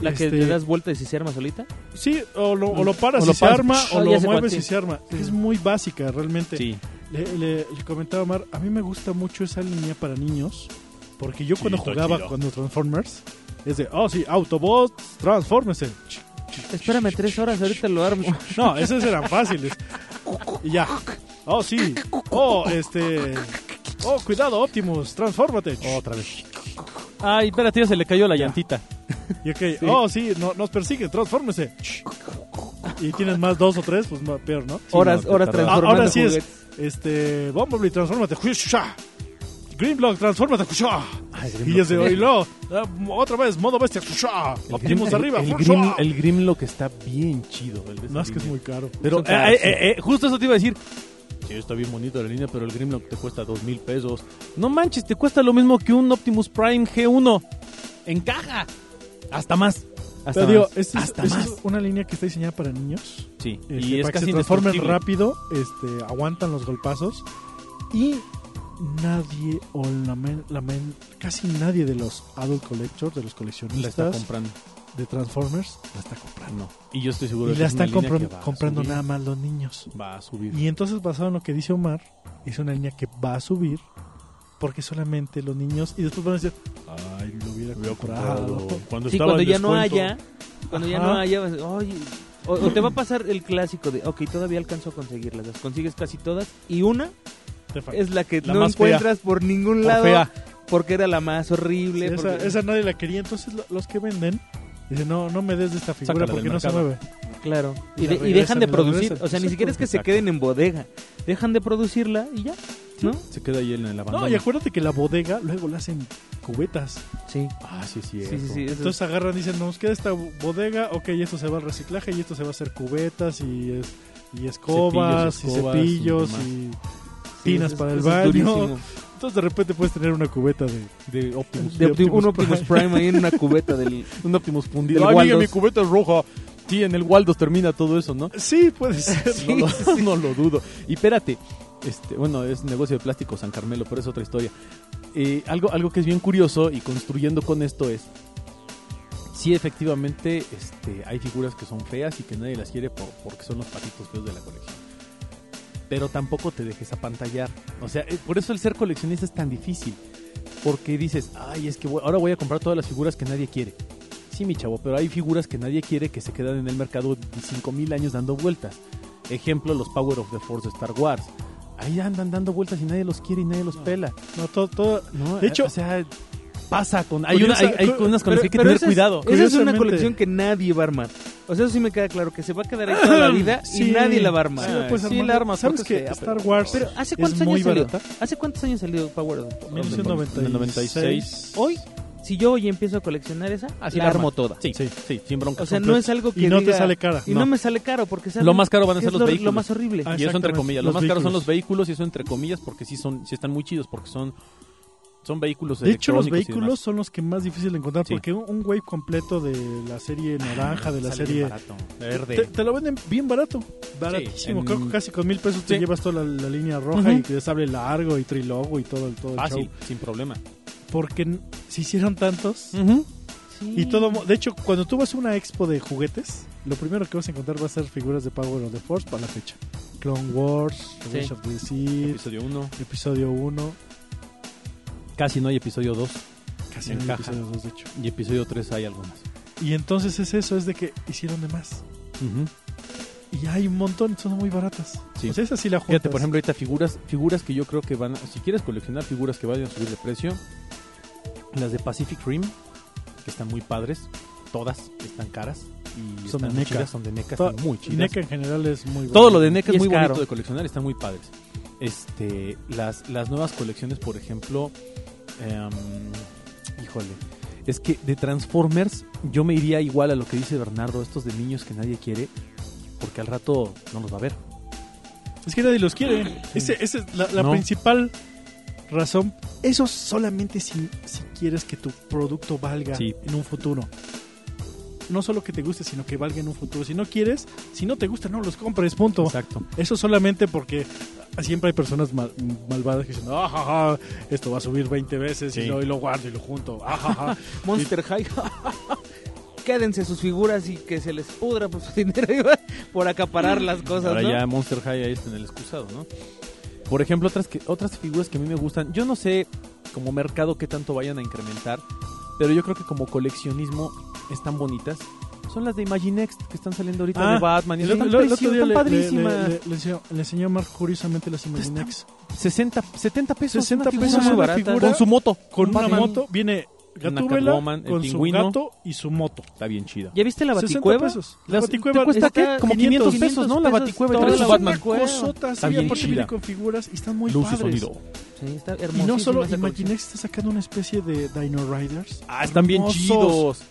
S3: La que
S2: Este-
S3: le das vuelta y si se arma solita.
S2: Sí, o lo, o lo paras
S4: Mm. O lo
S2: y se
S4: paras.
S2: arma,
S4: Ah,
S2: o lo
S3: ya sé cuál,
S2: mueves
S3: sí.
S2: y se arma. Es muy básica, realmente.
S4: Sí.
S2: Le, le- le comentaba a Omar, a mí me gusta mucho esa línea para niños, porque yo
S4: Sí,
S2: cuando
S4: está
S2: jugaba
S4: chida.
S2: con los Transformers, es de, oh sí, Autobots, transfórmese.
S3: Espérame tres horas, ahorita lo armo.
S2: No, esas eran fáciles. Y ya. Oh, sí. Oh, este. Oh, cuidado, Optimus, transfórmate.
S4: Otra vez. Ay, espérate, ya se le cayó la llantita.
S2: Y ok, oh, sí, no, nos persiguen, transfórmese. Y tienes más dos o tres, pues ma- peor, ¿no?
S3: horas,
S4: no, te
S3: horas
S4: tardas.
S3: transformando
S2: Ah, Ahora sí es.
S3: juguetes.
S2: Este, Bumblebee, transfórmate. ¡Huisha! Green Block, transfórmate. ¡Huisha! Y ya se y luego, ah, otra vez, modo bestia. ¡Huisha! Optimus arriba.
S4: El,
S2: ¡Huisha!
S4: Grim, el Grimlock está bien chido. el de esa
S2: No, es que es
S4: línea.
S2: muy caro.
S4: Pero,
S3: Son caros,
S4: eh, eh, eh, justo eso te iba a decir. Sí, está bien bonito la línea, pero el Grimlock te cuesta dos mil pesos. No manches, te cuesta lo mismo que un Optimus Prime G1. En caja. Hasta más. Hasta
S2: Pero digo,
S4: más.
S2: esta es,
S4: Hasta
S2: esta
S4: más.
S2: es una línea que está diseñada para niños.
S4: Sí,
S2: Este,
S4: y es
S2: para que
S4: casi
S2: se transformen
S4: indestructible.
S2: rápido, este, aguantan los golpazos. Y nadie, o la men- la men- casi nadie de los adult collectors, de los
S4: La está
S2: coleccionistas
S4: comprando.
S2: de Transformers, la está comprando.
S4: Y yo estoy seguro
S2: Y
S4: de
S2: la
S4: es una
S2: están
S4: línea
S2: compro-
S4: que va a
S2: comprando
S4: subir.
S2: nada más los niños.
S4: Va a subir.
S2: Y entonces, basado en lo que dice Omar, es una línea que va a subir porque solamente los niños. Y después van a decir, ay, lo hubiera comprado.
S4: Cuando
S3: Sí,
S4: estaba
S3: cuando
S4: en
S3: ya no
S4: descuento.
S3: haya, cuando ya
S2: Ajá.
S3: no haya, vas- oye, o, o te va a pasar el clásico de, ok, todavía alcanzo a conseguirlas, las consigues casi todas y una
S2: Te fa-
S3: es la que
S4: La
S3: no
S4: más fea.
S3: encuentras por ningún
S4: Por
S3: lado
S4: fea.
S3: porque era la más
S2: Sí,
S3: horrible.
S2: esa,
S3: porque-
S2: esa nadie la quería. Entonces, lo- los que venden dicen, no, no me des de esta figura
S4: Sácala del
S2: porque no se
S4: mercado.
S2: mueve.
S3: Claro.
S2: Y
S3: Y,
S2: la
S3: de- y dejan
S2: regresan,
S3: de
S2: y la
S3: producir,
S2: regresan.
S3: o sea, ni
S2: Exacto.
S3: siquiera es que se
S4: Exacto.
S3: queden en bodega, dejan de producirla y ya, ¿no?
S4: Se queda ahí en el abandono.
S2: No, y acuérdate que la bodega luego la hacen cubetas.
S3: Sí,
S4: Ah, sí, sí.
S3: sí, sí, sí. eso
S2: Entonces agarran y dicen, nos queda esta bodega, ok, esto se va al reciclaje y esto se va a hacer cubetas y, es- y escobas
S4: Cepillos, escobas,
S2: y cepillos
S4: y demás.
S2: y...
S3: es- sí,
S2: tinas
S3: eso es-
S2: para el
S3: eso es
S2: baño.
S3: durísimo.
S2: Entonces de repente puedes tener una cubeta de...
S4: De Optimus.
S3: De Opti-
S2: Optimus
S3: un Optimus Prime ahí en una cubeta <laughs> del...
S4: Un Optimus fundido.
S3: Del
S4: Ay, mira,
S3: Waldos.
S4: mi cubeta es roja. Sí, en el Waldos termina todo eso, ¿no?
S2: Sí, puede ser.
S3: <laughs> Sí,
S4: No, lo, no lo dudo. Y espérate, este, bueno, es un negocio de plástico San Carmelo, pero es otra historia. Eh, algo, algo que es bien curioso y construyendo con esto es, sí, efectivamente, este, hay figuras que son feas y que nadie las quiere por- porque son los patitos feos de la colección. Pero tampoco te dejes apantallar. O sea, eh, por eso el ser coleccionista es tan difícil. Porque dices, ay, es que voy- ahora voy a comprar todas las figuras que nadie quiere. Sí, mi chavo, pero hay figuras que nadie quiere que se quedan en el mercado 5.000 años dando vueltas. Ejemplo, los Power of the Force de Star Wars. Ahí andan dando vueltas y nadie los quiere y nadie los pela.
S2: <laughs> No, todo, todo-
S4: ¿no?
S2: De hecho-
S4: o sea, pasa con. Hay,
S2: Curiosa-
S4: una- hay- hay
S2: cu-
S4: unas con las que hay que
S3: pero
S4: tener
S3: esa es-
S4: cuidado.
S3: esa es una
S2: Curiosamente.
S3: colección que nadie va a armar. O sea, eso sí me queda claro, que se va a quedar ahí
S2: <clears throat>
S3: toda la vida
S2: Sí,
S3: y nadie la va a
S2: sí
S3: armar.
S2: la puedes
S4: sí,
S2: armar.
S4: la armas,
S2: ¿Sabes
S4: porque
S2: que
S4: sea,
S2: Star
S4: pero- ah,
S2: Wars
S3: Pero ¿hace
S2: es
S3: cuántos
S2: muy
S3: años salió?
S2: barata?
S3: ¿Hace cuántos años salió Power of the Force?
S2: 1996.
S4: En el 96.
S3: Hoy, si yo hoy empiezo a coleccionar esa,
S4: Así
S3: la
S4: la
S3: armo
S4: armas.
S3: toda.
S4: Sí, sí, sin bronca.
S3: O sea,
S4: completo.
S3: no es algo que
S2: Y no
S3: diga-
S2: te sale cara.
S3: Y
S4: No.
S3: no me sale caro porque ¿sabes
S4: Lo más caro van a
S3: qué
S4: ser
S3: es
S4: los
S3: lo- Lo
S4: vehículos.
S3: más horrible.
S2: Ah,
S4: Y eso entre
S2: Exactamente,
S4: comillas. Lo
S2: los
S4: más caro son
S2: vehículos.
S4: los vehículos y eso entre comillas porque sí, son, sí están muy chidos porque son, son vehículos
S2: De hecho, los
S4: electrónicos y demás.
S2: vehículos son los que más difícil de encontrar
S4: Sí.
S2: porque un, un wave completo de la serie naranja, de la
S4: Sale
S2: serie...
S4: barato, verde.
S2: Te, te lo venden bien barato, baratísimo.
S4: en-
S2: Creo que casi con mil pesos te
S4: Sí.
S2: llevas toda la, la línea roja
S3: Ujú.
S2: y te sable largo y trilogo y todo, el- todo el
S4: Fácil,
S2: show.
S4: sin problema.
S2: Porque n- se hicieron tantos
S4: Mm.
S3: Sí.
S2: Y todo, mo- de hecho, cuando tú vas a una expo de juguetes, lo primero que vas a encontrar va a ser figuras de Power of the Force para la fecha. Clone Wars, Revenge
S3: Sí.
S2: of the Sith,
S4: Episodio 1.
S2: episodio 1,
S4: Casi no hay episodio 2.
S2: casi
S4: En
S2: en
S4: caja.
S2: episodio 2 de hecho.
S4: Y episodio 3 hay algunas.
S2: Y entonces es eso, es de que hicieron de más. Y hay un montón, son muy baratas.
S4: Sí.
S2: O sea, esa sí la juntas.
S4: Fíjate, por ejemplo, ahorita figuras, figuras que yo creo que van, a- si quieres coleccionar figuras que vayan a subir de precio, las de Pacific Rim, que están muy padres. todas están caras.
S2: Son
S4: Y
S2: de
S4: están muy
S2: NECA.
S4: chidas, son de NECA,
S2: To-
S4: están muy chidas.
S2: NECA en general es muy bueno.
S4: Todo lo de NECA
S3: Y
S4: es
S3: es
S4: muy
S3: caro.
S4: bonito de coleccionar, están muy padres. Este, las, las nuevas colecciones, por ejemplo, em, híjole, es que de Transformers yo me iría igual a lo que dice Bernardo, estos de niños que nadie quiere, porque al rato no los va a ver.
S2: Es que nadie los quiere. Ese- Esa es la, la
S4: No.
S2: principal razón. Eso solamente si, si quieres que tu producto valga
S4: Sí.
S2: en un futuro. No solo que te guste, sino que valga en un futuro. Si no quieres, si no te gusta, no los compres, punto.
S4: Exacto.
S2: Eso solamente porque siempre hay personas mal- malvadas que dicen, ajaja, esto va a subir 20 veces y,
S4: Sí.
S2: lo, y lo guardo y lo <laughs> junto. ajaja".
S3: Monster High. <laughs> Quédense sus figuras y que se les pudra por su <laughs> dinero por acaparar las cosas,
S4: Ahora
S3: ¿no?
S4: ya Monster High ahí está en el excusado, ¿no? Por ejemplo, otras, que, otras figuras que a mí me gustan. Yo no sé como mercado qué tanto vayan a incrementar, pero yo creo que como coleccionismo están bonitas. Son las de Imaginext que están saliendo ahorita
S2: Ah,
S4: de Batman. Y
S2: El otro-
S4: están
S2: el otro
S4: preciosas,
S2: día
S4: pues, están
S2: le-
S4: padrísimas. Pues
S2: le- le- le- le enseñó- le enseñó Mark curiosamente las Imaginex.
S4: 60, 70 pesos.
S2: 60
S4: una figura
S2: pesos
S4: muy
S2: una
S4: barata.
S2: figura.
S4: Con su moto.
S2: Con una
S4: Batman.
S2: moto viene
S4: Una
S2: Gatúbela
S4: Catwoman, el
S2: con su
S4: pingüino.
S2: gato y su moto.
S4: Está bien chida.
S3: ¿Ya viste la
S2: 60
S3: baticueva?
S2: pesos. La
S4: Las- ¿Te
S2: Baticueva
S4: cuesta
S2: está-
S4: qué? Como 500 pesos, ¿no? La
S3: 500
S4: Baticueva
S3: pesos,
S4: trae su
S3: toda la
S4: Batman.
S2: Una cosota así,
S4: Está bien
S2: aparte
S4: chida.
S2: viene con figuras y están muy
S4: Luz y
S2: padres.
S4: sonido.
S3: Sí, está
S2: Y no solo
S3: hermosísima esa colección.
S2: Imaginex está sacando una especie de Dino Riders.
S4: Ah, están bien
S2: Hermosos.
S4: chidos.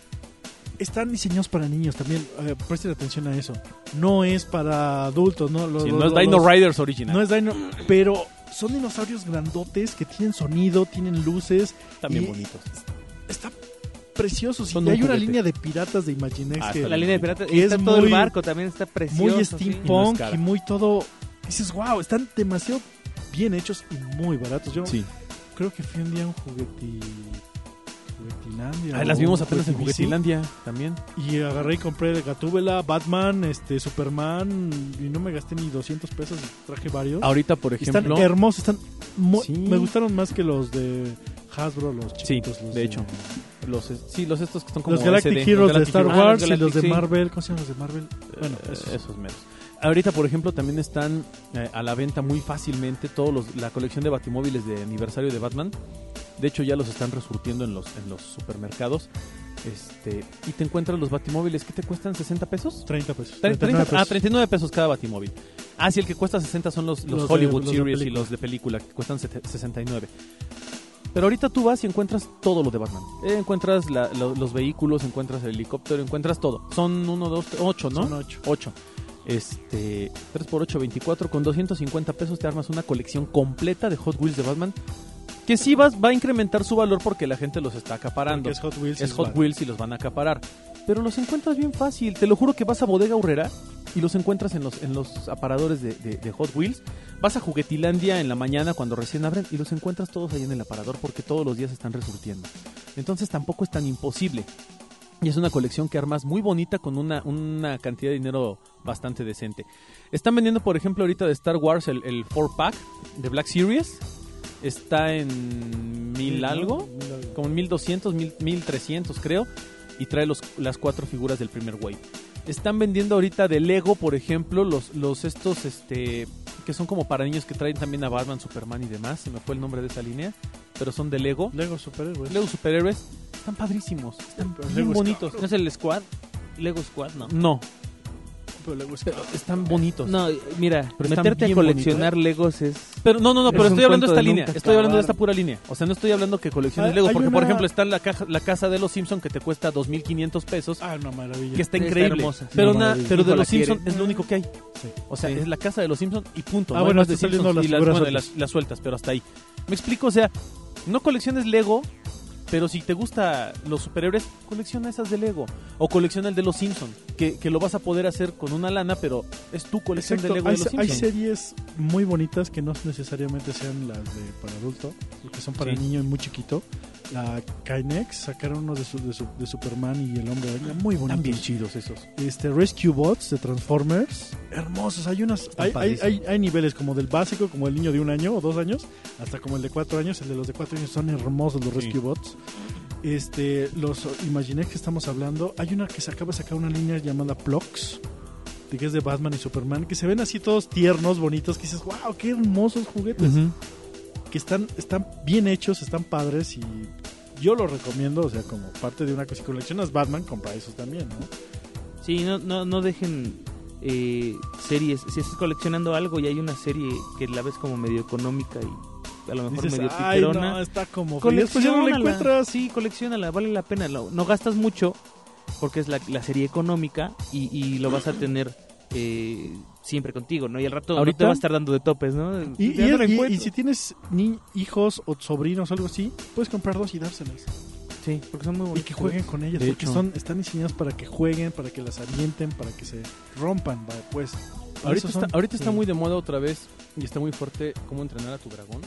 S2: Están diseñados para niños también. eh, presten atención a eso. No es para adultos, ¿no? Lo-
S4: Sí,
S2: lo-
S4: no es
S2: lo-
S4: Dino
S2: los-
S4: Riders original.
S2: No es Dino, pero son dinosaurios grandotes que tienen sonido, tienen luces.
S4: También
S2: y-
S4: bonitos.
S2: Está precioso. sí.
S4: Son
S2: Y
S4: un
S2: hay una
S4: juguete.
S2: línea de piratas de Imaginex
S4: Ah,
S2: que
S4: está
S3: La línea de piratas. Y
S2: Es
S3: está todo
S2: muy-
S3: el barco también está precioso.
S2: muy
S3: sí.
S4: Y no es
S2: steampunk
S4: cara.
S2: y muy todo. Dices, wow, están demasiado bien hechos y muy baratos. pues Yo
S4: Sí.
S2: creo que fui un día a un jugueti. Juguetilandia.
S4: Ah,
S2: o
S4: las vimos apenas en
S2: Juguetibici,
S4: Juguetilandia también.
S2: Y agarré y compré Gatúbela, Batman, este, Superman. Y no me gasté ni 200 pesos. y Traje varios.
S4: Ahorita, Ah, por
S2: Y están
S4: ejemplo.
S2: hermosos. Están mu-
S4: Sí.
S2: Me gustaron más que los de Hasbro, los
S4: Sí,
S2: chiquitos. los
S4: de hecho. Los, es- sí, los estos que son como
S2: los Galactic
S4: SD,
S2: Heroes
S4: los Galactic
S2: de Star
S4: Heroes.
S3: Ah, los
S2: Wars y
S3: Galactic,
S2: los de
S3: sí.
S2: Marvel. ¿Cómo se llaman los de Marvel? Bueno,
S4: Eh,
S2: esos.
S4: esos meros. Ahorita, por ejemplo, también están eh, a la venta muy fácilmente todos los, la colección de batimóviles de aniversario de Batman. De hecho, ya los están resurtiendo en los, en los supermercados. Este, y te encuentras los batimóviles que te cuestan 60 pesos.
S2: 30 pesos.
S4: Tre-
S2: 39
S4: 30 Ah,
S2: pesos.
S4: 39 pesos cada batimóvil. Ah, sí, el que cuesta 60 son los, los
S2: Los de-
S4: Hollywood
S2: los de
S4: Series y
S2: película.
S4: los de película, que cuestan sete- 69. Pero ahorita tú vas y encuentras todo lo de Batman. Eh, encuentras la- lo- los vehículos, encuentras el helicóptero, encuentras todo. Son 1, 2, 8, ¿no?
S2: Son ocho.
S4: 8. Este, 3 por 8, 24. Con 250 pesos te armas una colección completa de Hot Wheels de Batman. Que sí vas, va a incrementar su valor porque la gente los está acaparando.
S2: Porque Es Hot Wheels. y
S4: Es Hot
S2: barato.
S4: Wheels y los van a acaparar. Pero los encuentras bien fácil. Te lo juro que vas a Bodega Urrera y los encuentras en los, en los aparadores de, de- de Hot Wheels. Vas a Juguetilandia en la mañana cuando recién abren y los encuentras todos ahí en el aparador porque todos los días están resurtiendo. Entonces tampoco es tan imposible. Y es una colección que armas muy bonita con una, una cantidad de dinero bastante decente. Están vendiendo, por ejemplo, ahorita de Star Wars el, el 4-pack de Black Series. Está en mil algo
S2: Mil algo.
S4: como en 1200, 1000, 1300 creo, y trae los, las cuatro figuras del primer wave. Están vendiendo ahorita de Lego, por ejemplo, los, los estos este que son como para niños que traen también a Batman, Superman y demás, se me fue el nombre de esa línea, pero son de Lego.
S2: Lego superhéroes.
S4: Lego superhéroes están padrísimos, están
S2: Pero
S4: bien
S2: Lego es
S4: bonitos.
S3: ¿No es el Squad? Lego Squad, no.
S4: No,
S2: Pero Lego es
S4: pero
S2: caro.
S4: están bonitos.
S3: No, mira,
S4: Pero están
S3: meterte a
S4: bien
S2: ¿eh?
S3: coleccionar Legos es...
S4: Pero no, no, no,
S3: Es
S4: pero
S3: un
S4: estoy hablando de
S3: cuento de
S4: esta línea.
S3: nunca
S4: Estoy hablando de
S3: acabar.
S4: esta pura línea. O sea, no estoy hablando que colecciones
S2: Hay-
S4: Lego,
S2: hay
S4: porque por
S2: una-
S4: ejemplo está la, caja, la casa de los Simpson que te cuesta 2.500 pesos
S2: Ah, una maravilla.
S4: que está
S3: Está
S4: increíble.
S3: hermosa.
S4: Pero
S2: Una
S4: nada,
S2: maravilla.
S4: pero de
S3: Hijo,
S4: los
S3: la quiere.
S4: Simpsons es lo único que hay.
S2: Sí.
S4: O sea,
S3: Sí.
S4: es la casa de los Simpsons y punto.
S2: Ah,
S4: no hay
S2: bueno,
S4: más de
S2: están saliendo
S4: Simpsons y
S2: las
S4: las,
S2: figuras
S4: bueno, y las, las sueltas, pero hasta ahí. Me explico, o sea, no colecciones Lego, pero si te gusta los superhéroes, colecciona esas de Lego. O colecciona el de los Simpsons, que, que lo vas a poder hacer con una lana, pero es tu colección
S2: Exacto,
S4: de Lego
S2: hay,
S4: de los
S2: se- hay
S4: Simpsons.
S2: series muy bonitas que no necesariamente sean las de para adulto, que son para
S4: Sí.
S2: niño y muy chiquito. La Kynex sacaron unos de, su- de su- de Superman y el Hombre Araña muy
S4: Están bien
S2: bonitos.
S4: chidos esos.
S2: Este Rescue Bots de Transformers, hermosos. Hay unas, hay, hay,
S4: padrísimos.
S2: hay- hay niveles como del básico, como el niño de un año o dos años, hasta como el de cuatro años. El de los de cuatro años son hermosos los
S4: Sí.
S2: Rescue Bots. Este, los imaginé que estamos hablando. Hay una que se acaba de sacar una línea llamada Plox, de que es de Batman y Superman, que se ven así todos tiernos, bonitos, que dices, wow, qué hermosos juguetes. Que están, están bien hechos, están padres y Yo lo recomiendo, o sea, como parte de una cosa. Si coleccionas Batman, compra esos también, ¿no?
S3: Sí, no, no, no dejen eh, series. Si estás coleccionando algo y hay una serie que la ves como medio económica y a lo mejor
S2: Dices,
S3: medio
S2: ay,
S3: piquerona. pues,
S2: no, está como. feo". Y Después ya no la
S3: Colecciónala.
S2: encuentras.
S3: Sí, coleccionala, vale la pena. Lo- no gastas mucho porque es la, la serie económica y, y lo vas a tener eh, siempre contigo, ¿no? Y al rato no
S4: Ahorita-
S3: te va a estar dando de topes, ¿no?
S2: Y,
S3: Ya
S2: y-
S3: no la
S2: y-
S3: encuentro.
S2: y si tienes ni hijos o sobrinos o algo así, puedes comprar dos y dárselas.
S3: Sí, porque son muy
S2: Y
S3: bonitos.
S2: que jueguen con ellas,
S4: De
S2: porque
S4: hecho.
S2: son, están diseñadas para que jueguen, para que las avienten, para que se rompan, va, pues. Para
S4: Ahorita,
S2: eso son.
S4: está, ahorita está
S2: Sí.
S4: muy de moda otra vez y está muy fuerte cómo entrenar a tu dragón.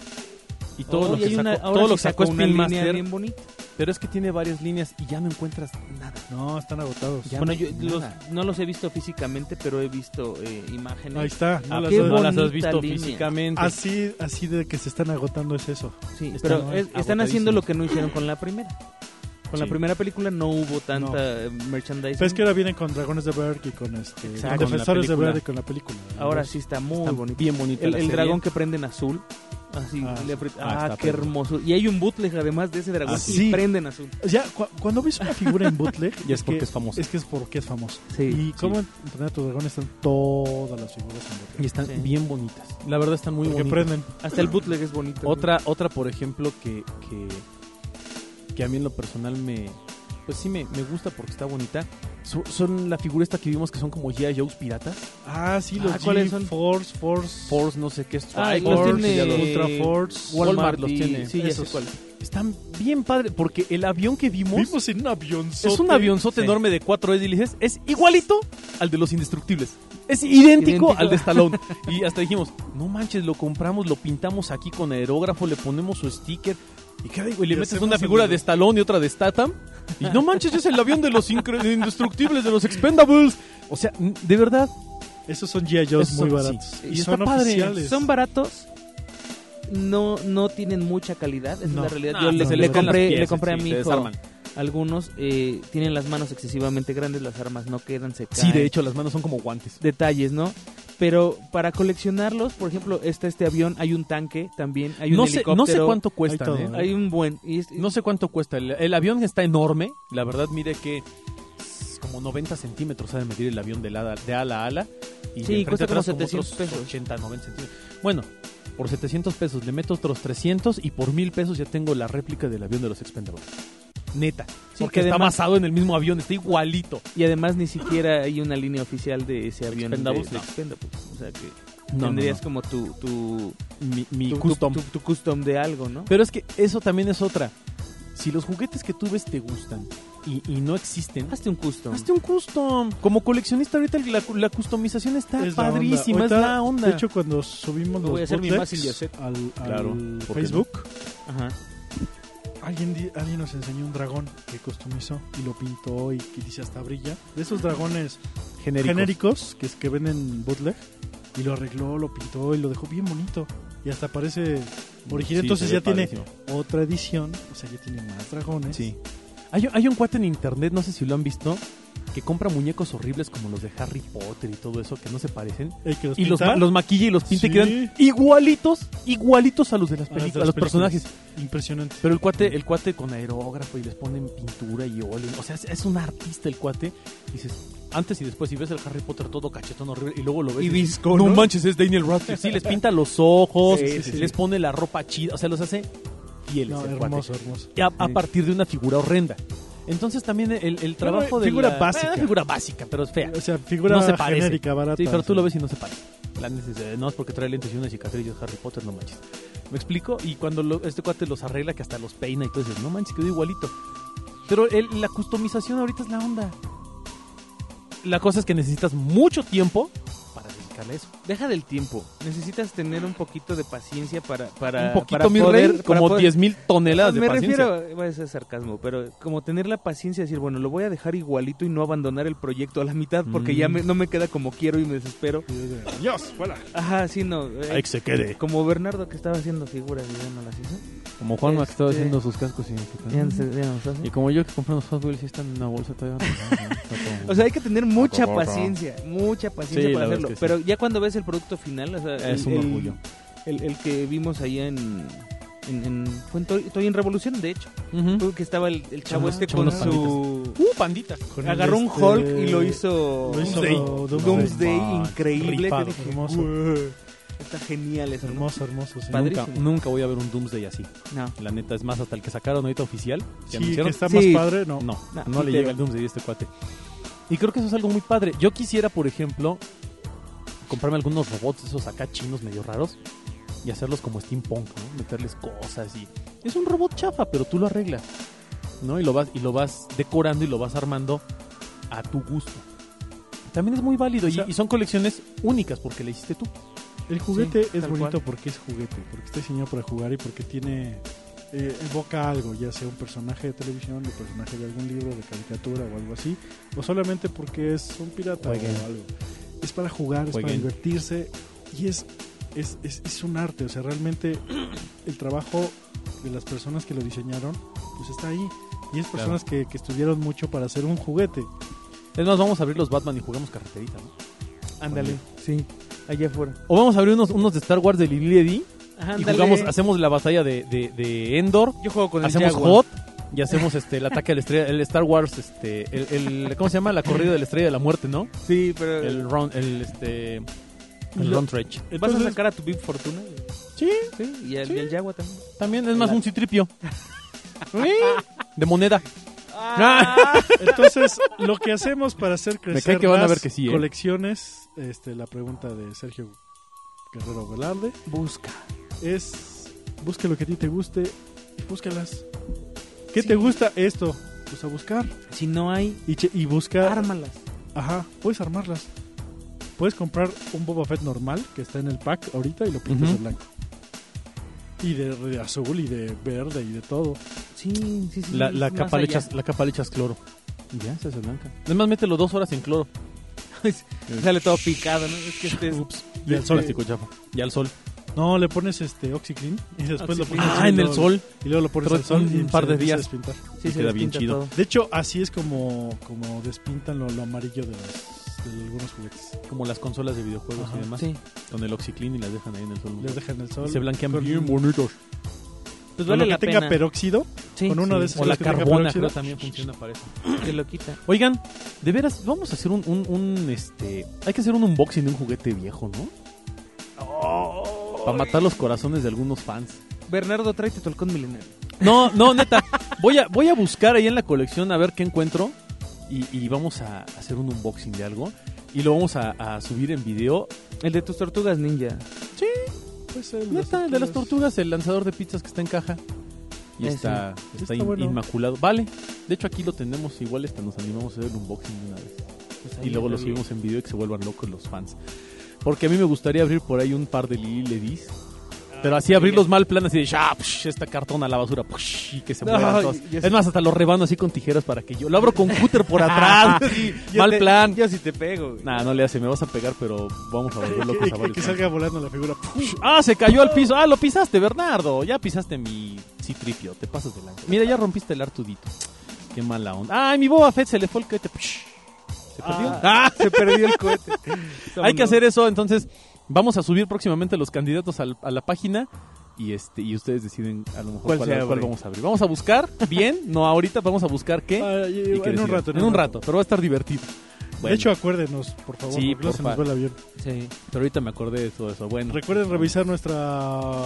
S4: Y todo
S3: Oh,
S4: lo
S3: y
S4: que
S3: hay
S4: sacó,
S3: una- ahora
S4: todo
S3: sí
S4: lo que sacó
S3: una
S4: Spin
S3: línea
S4: Master,
S3: bien bonita.
S4: pero es que tiene varias líneas y ya no encuentras nada.
S2: No, están agotados.
S4: Ya
S3: bueno,
S4: no-
S3: yo los-
S4: nada.
S3: no los he visto físicamente, pero he visto eh, imágenes.
S2: Ahí está. no
S4: Ah,
S2: las
S4: pues
S2: doy.
S4: no las has
S3: bonita
S4: visto
S3: línea.
S4: físicamente.
S2: así, así de que se están agotando es eso.
S3: Sí,
S2: Están
S3: pero es- están
S4: agotadísimos.
S3: haciendo lo que no hicieron con la primera. Con la
S2: Sí.
S3: primera película no hubo tanta eh, merchandising.
S2: Pero es que ahora vienen con Dragones de Berg y con este,
S3: Exacto.
S2: con
S3: Con la
S2: Defensores de
S4: película.
S2: Berg y con la película.
S3: Ahora sí está muy
S4: Está
S3: bonito.
S4: bien bonito.
S3: El, el dragón que prenden azul. Así,
S2: Ah,
S3: le apri-
S4: ah,
S3: ah,
S4: está
S3: qué
S4: padre.
S3: hermoso. Y hay un bootleg además de ese dragón.
S2: Ah,
S3: que
S2: sí.
S3: prenden azul.
S2: Ya, cu- cuando ves una figura en bootleg,
S4: Y es porque es famoso.
S2: Es que es porque es famoso.
S3: Sí.
S2: y cómo entrenar a tu dragón están todas las figuras en bootleg.
S4: Y están
S3: Sí.
S4: bien bonitas. La verdad están muy
S2: porque
S4: bonitas.
S2: prenden.
S3: Hasta el bootleg es bonito.
S4: Otra, otra por ejemplo, que, que, que a mí en lo personal me... Pues sí, me, me gusta porque está bonita. So- son la figura esta que vimos que son como G.I. Joe's piratas.
S2: Ah, sí, los
S3: Ah, ¿cuáles
S2: G,
S3: son?
S2: Force, Force,
S4: Force, no sé qué.
S3: Ah,
S4: Strike,
S3: los
S4: Force,
S3: tiene-
S4: ya los-
S2: Ultra Force.
S4: Walmart
S3: Walmart
S4: los
S3: y-
S4: tiene.
S3: Sí, ya sé
S4: Esos.
S3: cuál.
S4: Están bien padres porque el avión que vimos...
S2: Vimos en un avionzote.
S4: Es un avionzote
S3: Sí.
S4: enorme de 4 hélices. Es igualito al de los indestructibles. Es idéntico,
S3: Idéntico.
S4: al de Stallone. y hasta dijimos, no manches, lo compramos, lo pintamos aquí con aerógrafo, le ponemos su sticker. Y, queda igual, y le
S2: Y
S4: metes
S2: hacemos
S4: una figura
S2: el-
S4: de Stallone y otra de Statham. Y no manches, es el avión de los incre- de indestructibles, de los Expendables. O sea, n- de verdad,
S2: Esos son G.I. Joe's
S4: Esos
S2: muy
S4: son-
S2: baratos.
S4: sí. Y
S2: Y
S4: está
S2: son
S4: padre.
S2: oficiales.
S3: Son baratos. No, no tienen mucha calidad. Esa
S2: No.
S3: es la realidad.
S4: no,
S3: Yo
S4: hasta
S3: le,
S4: se
S3: le
S4: le caen las
S3: compré, le
S4: piezas,
S3: compré a
S4: sí,
S3: mi
S4: se
S3: hijo.
S4: desarman.
S3: Algunos eh, tienen las manos excesivamente grandes, las armas no quedan, se caen.
S4: Sí, de hecho, las manos son como guantes.
S3: detalles, ¿no? Pero para coleccionarlos, por ejemplo, está este avión, hay un tanque también, hay un
S4: No sé,
S3: helicóptero.
S4: no sé cuánto
S2: Hay
S4: cuestan,
S2: todo,
S4: ¿eh?
S2: ¿no?
S3: Hay un buen. Y es-
S4: No sé cuánto cuesta. El, el avión está enorme. La verdad, mide que s- como 90 centímetros ha de medir el avión de, ala- de ala a ala. Y
S3: Sí,
S4: de enfrente
S3: cuesta
S4: atrás
S3: como 700
S4: otros
S3: pesos.
S4: 80, 90 centímetros. Bueno, por 700 pesos le meto otros 300 y por 1000 pesos ya tengo la réplica del avión de los Expendables. Neta. porque
S3: que
S4: está
S3: además-
S4: basado en el mismo avión, está igualito.
S3: Y además ni siquiera hay una línea oficial de ese avión. de-
S4: Expendables,
S3: de
S4: no.
S3: Expendables. O sea que
S4: No,
S3: tendrías como tu, tu,
S4: Mi, mi
S3: tu-
S4: custom.
S3: tu- tu custom de algo, ¿no?
S4: Pero es que eso también es otra. Si los juguetes que tú ves te gustan y, y no existen,
S3: Hazte un custom.
S4: Hazte un custom. Como coleccionista ahorita la, la customización está
S2: Es la onda.
S4: padrísima, es
S2: Ahorita,
S4: la onda.
S2: De hecho, cuando subimos
S3: Voy a
S2: los
S3: hacer mi
S2: bootlegs
S3: Massinger set.
S2: al, al
S4: Claro, ¿por qué
S2: Facebook,
S3: Ajá.
S2: alguien, di- alguien nos enseñó un dragón que customizó y lo pintó y que dice hasta brilla. De esos dragones
S4: genérico.
S2: genéricos, que, es que ven en bootleg y lo arregló, lo pintó y lo dejó bien bonito. Y hasta parece original.
S4: Sí,
S2: Entonces
S4: se ve
S2: ya tiene
S4: padrísimo.
S2: otra edición, o sea, ya tiene más dragones.
S4: Sí. Hay, hay un cuate en internet, no sé si lo han visto, que compra muñecos horribles como los de Harry Potter y todo eso, que no se parecen.
S2: El que los
S4: Y los,
S2: pinta,
S4: ma- los maquilla y los pinta y
S2: Sí.
S4: quedan igualitos, igualitos a los de las
S2: A las de
S4: películas, a
S2: las
S4: los
S2: películas.
S4: personajes.
S2: impresionante.
S4: Pero el cuate, el cuate con aerógrafo y les ponen pintura y óleo. O sea, es, es un artista el cuate. Dices, antes y después, si ves el Harry Potter todo cachetón horrible y luego lo ves.
S3: Y
S4: dices,
S3: visco,
S4: No
S3: ¿no?
S4: manches, es Daniel Radcliffe. Sí, les pinta los ojos,
S3: Sí, sí, sí.
S4: les pone la ropa chida. O sea, los hace fieles.
S2: No,
S4: el cuate.
S2: hermoso, hermoso.
S4: Y A, a
S3: Sí.
S4: partir de una figura horrenda. Entonces también el, el trabajo de
S2: figura
S4: la-
S2: básica.
S4: Bueno, figura básica, pero es fea.
S2: O sea, figura
S4: No se parece.
S2: genérica, barata.
S4: Sí, pero tú
S2: o
S4: lo
S2: sea.
S4: ves y no se parece. La neta dice, eh, no, es porque trae lentes y una cicatriz y es Harry Potter, no manches. ¿Me explico? Y cuando lo- este cuate los arregla, que hasta los peina y todo, dices, no manches, quedó igualito. Pero el- la customización ahorita es la onda. La cosa es que necesitas mucho tiempo para dedicarle a eso.
S3: Deja del tiempo. Necesitas tener un poquito de paciencia para. para
S4: Un poquito,
S3: para
S4: mi
S3: poder-
S4: rey,
S3: para
S4: como
S3: poder-
S4: 10.000 toneladas de
S3: me
S4: paciencia.
S3: refiero, va a ser sarcasmo, pero como tener la paciencia de decir, bueno, lo voy a dejar igualito y no abandonar el proyecto a la mitad porque
S4: Mm.
S3: ya me- no me queda como quiero y me desespero.
S2: Dios, fuera.
S3: Ajá, sí, no. eh,
S4: Ahí que se quede.
S3: como Bernardo que estaba haciendo figuras y ya no las hizo.
S4: Como
S3: Juanma, que estaba Este- haciendo
S4: sus cascos
S3: Ya no se- ya no las hace.
S4: como yo que compré unos Hot Wheels y están en una bolsa <laughs> todavía.
S3: O sea, hay que tener mucha
S4: Ojo, ojo.
S3: paciencia, mucha paciencia
S4: Sí,
S3: para
S4: la verdad
S3: hacerlo.
S4: es que sí.
S3: Pero ya cuando ves el producto final, o sea,
S4: es
S3: el-
S4: un
S3: el-
S4: orgullo.
S3: El, el que vimos allá en, en- en- fue en Toy, Toy en Revolución, de hecho.
S4: Ujú.
S3: Creo que estaba el, el chavo
S2: Ah,
S3: este
S4: chavo,
S3: con
S4: los
S3: su...
S4: Uh, pandita.
S2: Con el
S3: Agarró un
S2: este-
S3: Hulk y lo hizo...
S2: Lo hizo
S4: Doomsday.
S2: Doomsday.
S3: Doomsday,
S4: Ah,
S3: increíble. que
S2: rifado,
S3: dije,
S2: hermoso.
S3: "Wow, Está genial eso, ¿no?
S2: Hermoso, hermoso. sí.
S3: Padre.
S4: Nunca,
S3: Padrísimo.
S4: nunca voy a ver un Doomsday así.
S3: No.
S4: La neta, es más, hasta el que sacaron ahorita oficial. que
S2: Sí,
S4: anunciaron,
S2: que está
S3: Sí.
S2: más padre, no.
S4: No,
S3: No,
S4: no,
S3: ni pedo.
S4: le llega el Doomsday a este cuate. Y creo que eso es algo muy padre. Yo quisiera, por ejemplo, comprarme algunos robots, esos acá chinos medio raros, y hacerlos como steampunk, ¿no? Meterles cosas y... Es un robot chafa, pero tú lo arreglas, ¿no? Y lo vas, y lo vas decorando y lo vas armando a tu gusto. También es muy válido y-
S2: sea-
S4: y, son colecciones únicas porque le hiciste tú.
S2: El juguete
S3: Sí,
S2: es
S3: tal
S2: bonito
S3: cual.
S2: porque es juguete, porque está diseñado para jugar y porque tiene eh, evoca algo, ya sea un personaje de televisión, un personaje de algún libro, de caricatura o algo así, o solamente porque es un pirata
S4: Jueguen.
S2: o algo. Es para jugar, es para
S4: Jueguen.
S2: divertirse y es, es, es, es un arte, o sea, realmente <clears throat> el trabajo de las personas que lo diseñaron, pues está ahí. Y es personas que, que estudiaron mucho para hacer un juguete.
S4: Es más, vamos a abrir los Batman y jugamos carreterita, ¿no?
S3: Ándale, sí. Allá afuera.
S4: O vamos a abrir unos, unos de Star Wars de Lily Eddy y
S3: Ándale.
S4: jugamos, hacemos la batalla de, de- de Endor
S3: Yo juego con el
S4: hacemos
S3: Jaguar.
S4: hot y hacemos este el ataque al estrella, el Star Wars, este, el, el- ¿cómo se llama? La corrida de la estrella de la muerte, ¿no?
S3: Sí, pero...
S4: El round, el este, el
S2: Lo-
S4: round stretch.
S3: ¿Vas a
S2: Entonces-
S3: sacar a tu Big Fortuna?
S4: Sí,
S3: Sí, y al,
S4: Sí.
S3: y al Jaguar también.
S4: también es más un <laughs> citripio. de moneda.
S3: Ah.
S2: Entonces, lo que hacemos para hacer
S4: cae
S2: crecer
S4: que van a
S2: las
S4: ver que sí, ¿eh?
S2: colecciones, este, la pregunta de Sergio Guerrero Velarde,
S3: <laughs> Busca.
S2: es busca lo que a ti te guste y búscalas. ¿Qué te gusta esto? Pues a buscar.
S3: Si no hay,
S2: Y, che- y busca...
S3: ármalas.
S2: Ajá, puedes armarlas. Puedes comprar un Boba Fett normal que está en el pack ahorita y lo pintas de
S4: Ujú.
S2: blanco. Y de, de azul y de verde y de todo.
S3: Sí, sí, sí.
S4: La,
S3: sí,
S4: la
S3: es más
S4: capa le
S3: allá.
S4: echas, la capa le echas cloro. Y Ya, se hace
S3: <laughs>
S4: blanca. Además, mételo dos horas en cloro.
S3: Sale todo picado, ¿no? Es que este es...
S2: Ups.
S4: Y al sol,
S2: Este-
S4: este chafa. Y al sol.
S2: No, le pones este OxyClean y después lo
S3: Oxyclean.
S2: pones
S4: Ah,
S2: y
S4: en el
S2: luego-
S4: sol.
S2: Y luego lo pones
S4: Pero
S2: al sol y
S4: un par
S2: se
S4: de
S2: empieza a
S4: días.
S2: pintar.
S3: Sí,
S4: Y
S3: se
S4: queda
S3: les
S4: bien
S3: pinta
S4: chido.
S3: todo.
S2: De hecho, así es como, como despintan lo, lo amarillo de, los- de algunos juguetes.
S4: Como las consolas de videojuegos
S2: Ajá,
S4: y demás.
S3: Sí.
S4: Con el oxiclin y las dejan ahí en el sol.
S2: Les dejan el sol.
S4: Y se blanquean
S2: con-
S4: bien bonitos.
S3: Pues
S2: con
S3: vale
S2: lo que
S3: la
S2: tenga
S3: pena.
S2: peróxido,
S3: Sí,
S2: con uno
S3: sí,
S2: de esos
S4: O la
S2: que tenga
S4: carbona
S2: peróxido.
S4: creo también funciona para eso.
S3: Te lo quita.
S4: Oigan, de veras, vamos a hacer un, un, un, este. Hay que hacer un unboxing de un juguete viejo, ¿no? Para matar los corazones de algunos fans.
S3: Bernardo, tráete tu halcón milenario.
S4: No, no, neta. Voy a, voy a buscar ahí en la colección a ver qué encuentro. Y, y vamos a hacer un unboxing de algo. Y lo vamos a, a subir en video.
S3: El de tus tortugas ninja.
S2: Pues el
S4: Neta, el de las tortugas, el lanzador de pizzas que está en caja. Y
S3: Ese.
S4: está, está,
S2: Está
S4: in-
S2: bueno.
S4: inmaculado. Vale. De hecho, aquí lo tenemos igual. Hasta nos animamos a hacer el unboxing de una vez.
S3: Pues ahí
S4: y luego
S3: lo
S4: lo
S3: vi.
S4: subimos en video y que se vuelvan locos los fans. Porque a mí me gustaría abrir por ahí un par de Lily Ledis. Pero así abrirlos mal plan, así de "Sha, psh, esta cartona a la basura, psh", y que se
S3: No,
S4: muevan
S3: yo-
S4: todas.
S3: yo
S4: es
S3: sí.
S4: más, hasta lo rebano así con tijeras para que yo. Lo abro con
S3: <laughs>
S4: cúter por atrás. así,
S3: Ah, Yo
S4: mal
S3: te-
S4: plan.
S3: Yo sí te pego, güey.
S4: Nah, no le hace, me vas a pegar, pero vamos a volver locos
S2: <laughs> <laughs>
S4: a
S2: Que,
S4: varios
S2: que
S4: fans.
S2: salga volando la figura.
S4: Ah, se cayó al piso. Ah, lo pisaste, Bernardo. Ya pisaste mi citripio. Te pasas de lanza. Mira, ya rompiste el artudito. Qué mala onda. Ay, mi Boba Fett se le fue el cohete. psh. Se perdió.
S3: Ah.
S4: Ah.
S3: Se perdió el <laughs> cohete.
S4: Hay que hacer eso, entonces vamos a subir próximamente los candidatos al- a la página y este y ustedes deciden a lo mejor
S3: ¿Cuál
S4: cuál,
S3: se abre?
S4: cuál vamos a abrir. Vamos a buscar, bien, no ahorita, vamos a buscar qué.
S2: Ah, y-
S4: y qué
S2: en
S4: decidan.
S2: un rato.
S4: en un rato, pero va a estar divertido.
S2: De
S4: Bueno,
S2: hecho, acuérdenos, por favor,
S4: Sí,
S2: porque luego se
S4: porfa.
S2: nos va el avión.
S3: Sí.
S4: pero ahorita me acordé de todo eso. Bueno,
S2: Recuerden revisar nuestra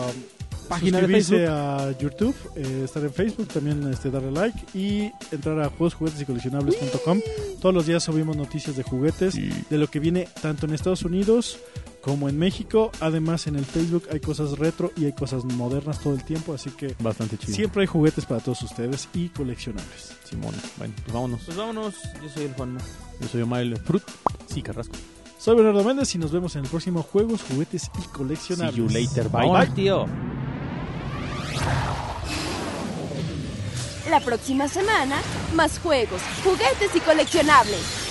S3: Página de
S2: suscribirse a YouTube, eh, estar en Facebook, también este, darle like y entrar a juegos, juguetes y coleccionables.com. Todos los días subimos noticias de juguetes, de lo que viene tanto en Estados Unidos como en México. Además, en el Facebook hay cosas retro y hay cosas modernas todo el tiempo, así que
S4: bastante chido.
S2: siempre hay juguetes para todos ustedes y coleccionables.
S4: Simón. Bueno, pues vámonos.
S3: Pues vámonos. Yo soy el Juanma.
S4: Yo soy Omar el Fruit. Sí, Carrasco.
S2: Soy Bernardo Méndez y nos vemos en el próximo Juegos, Juguetes y
S4: See
S2: Coleccionables.
S4: you later. Bye.
S3: Vámonos, tío.
S1: La próxima semana, más juegos, juguetes y coleccionables.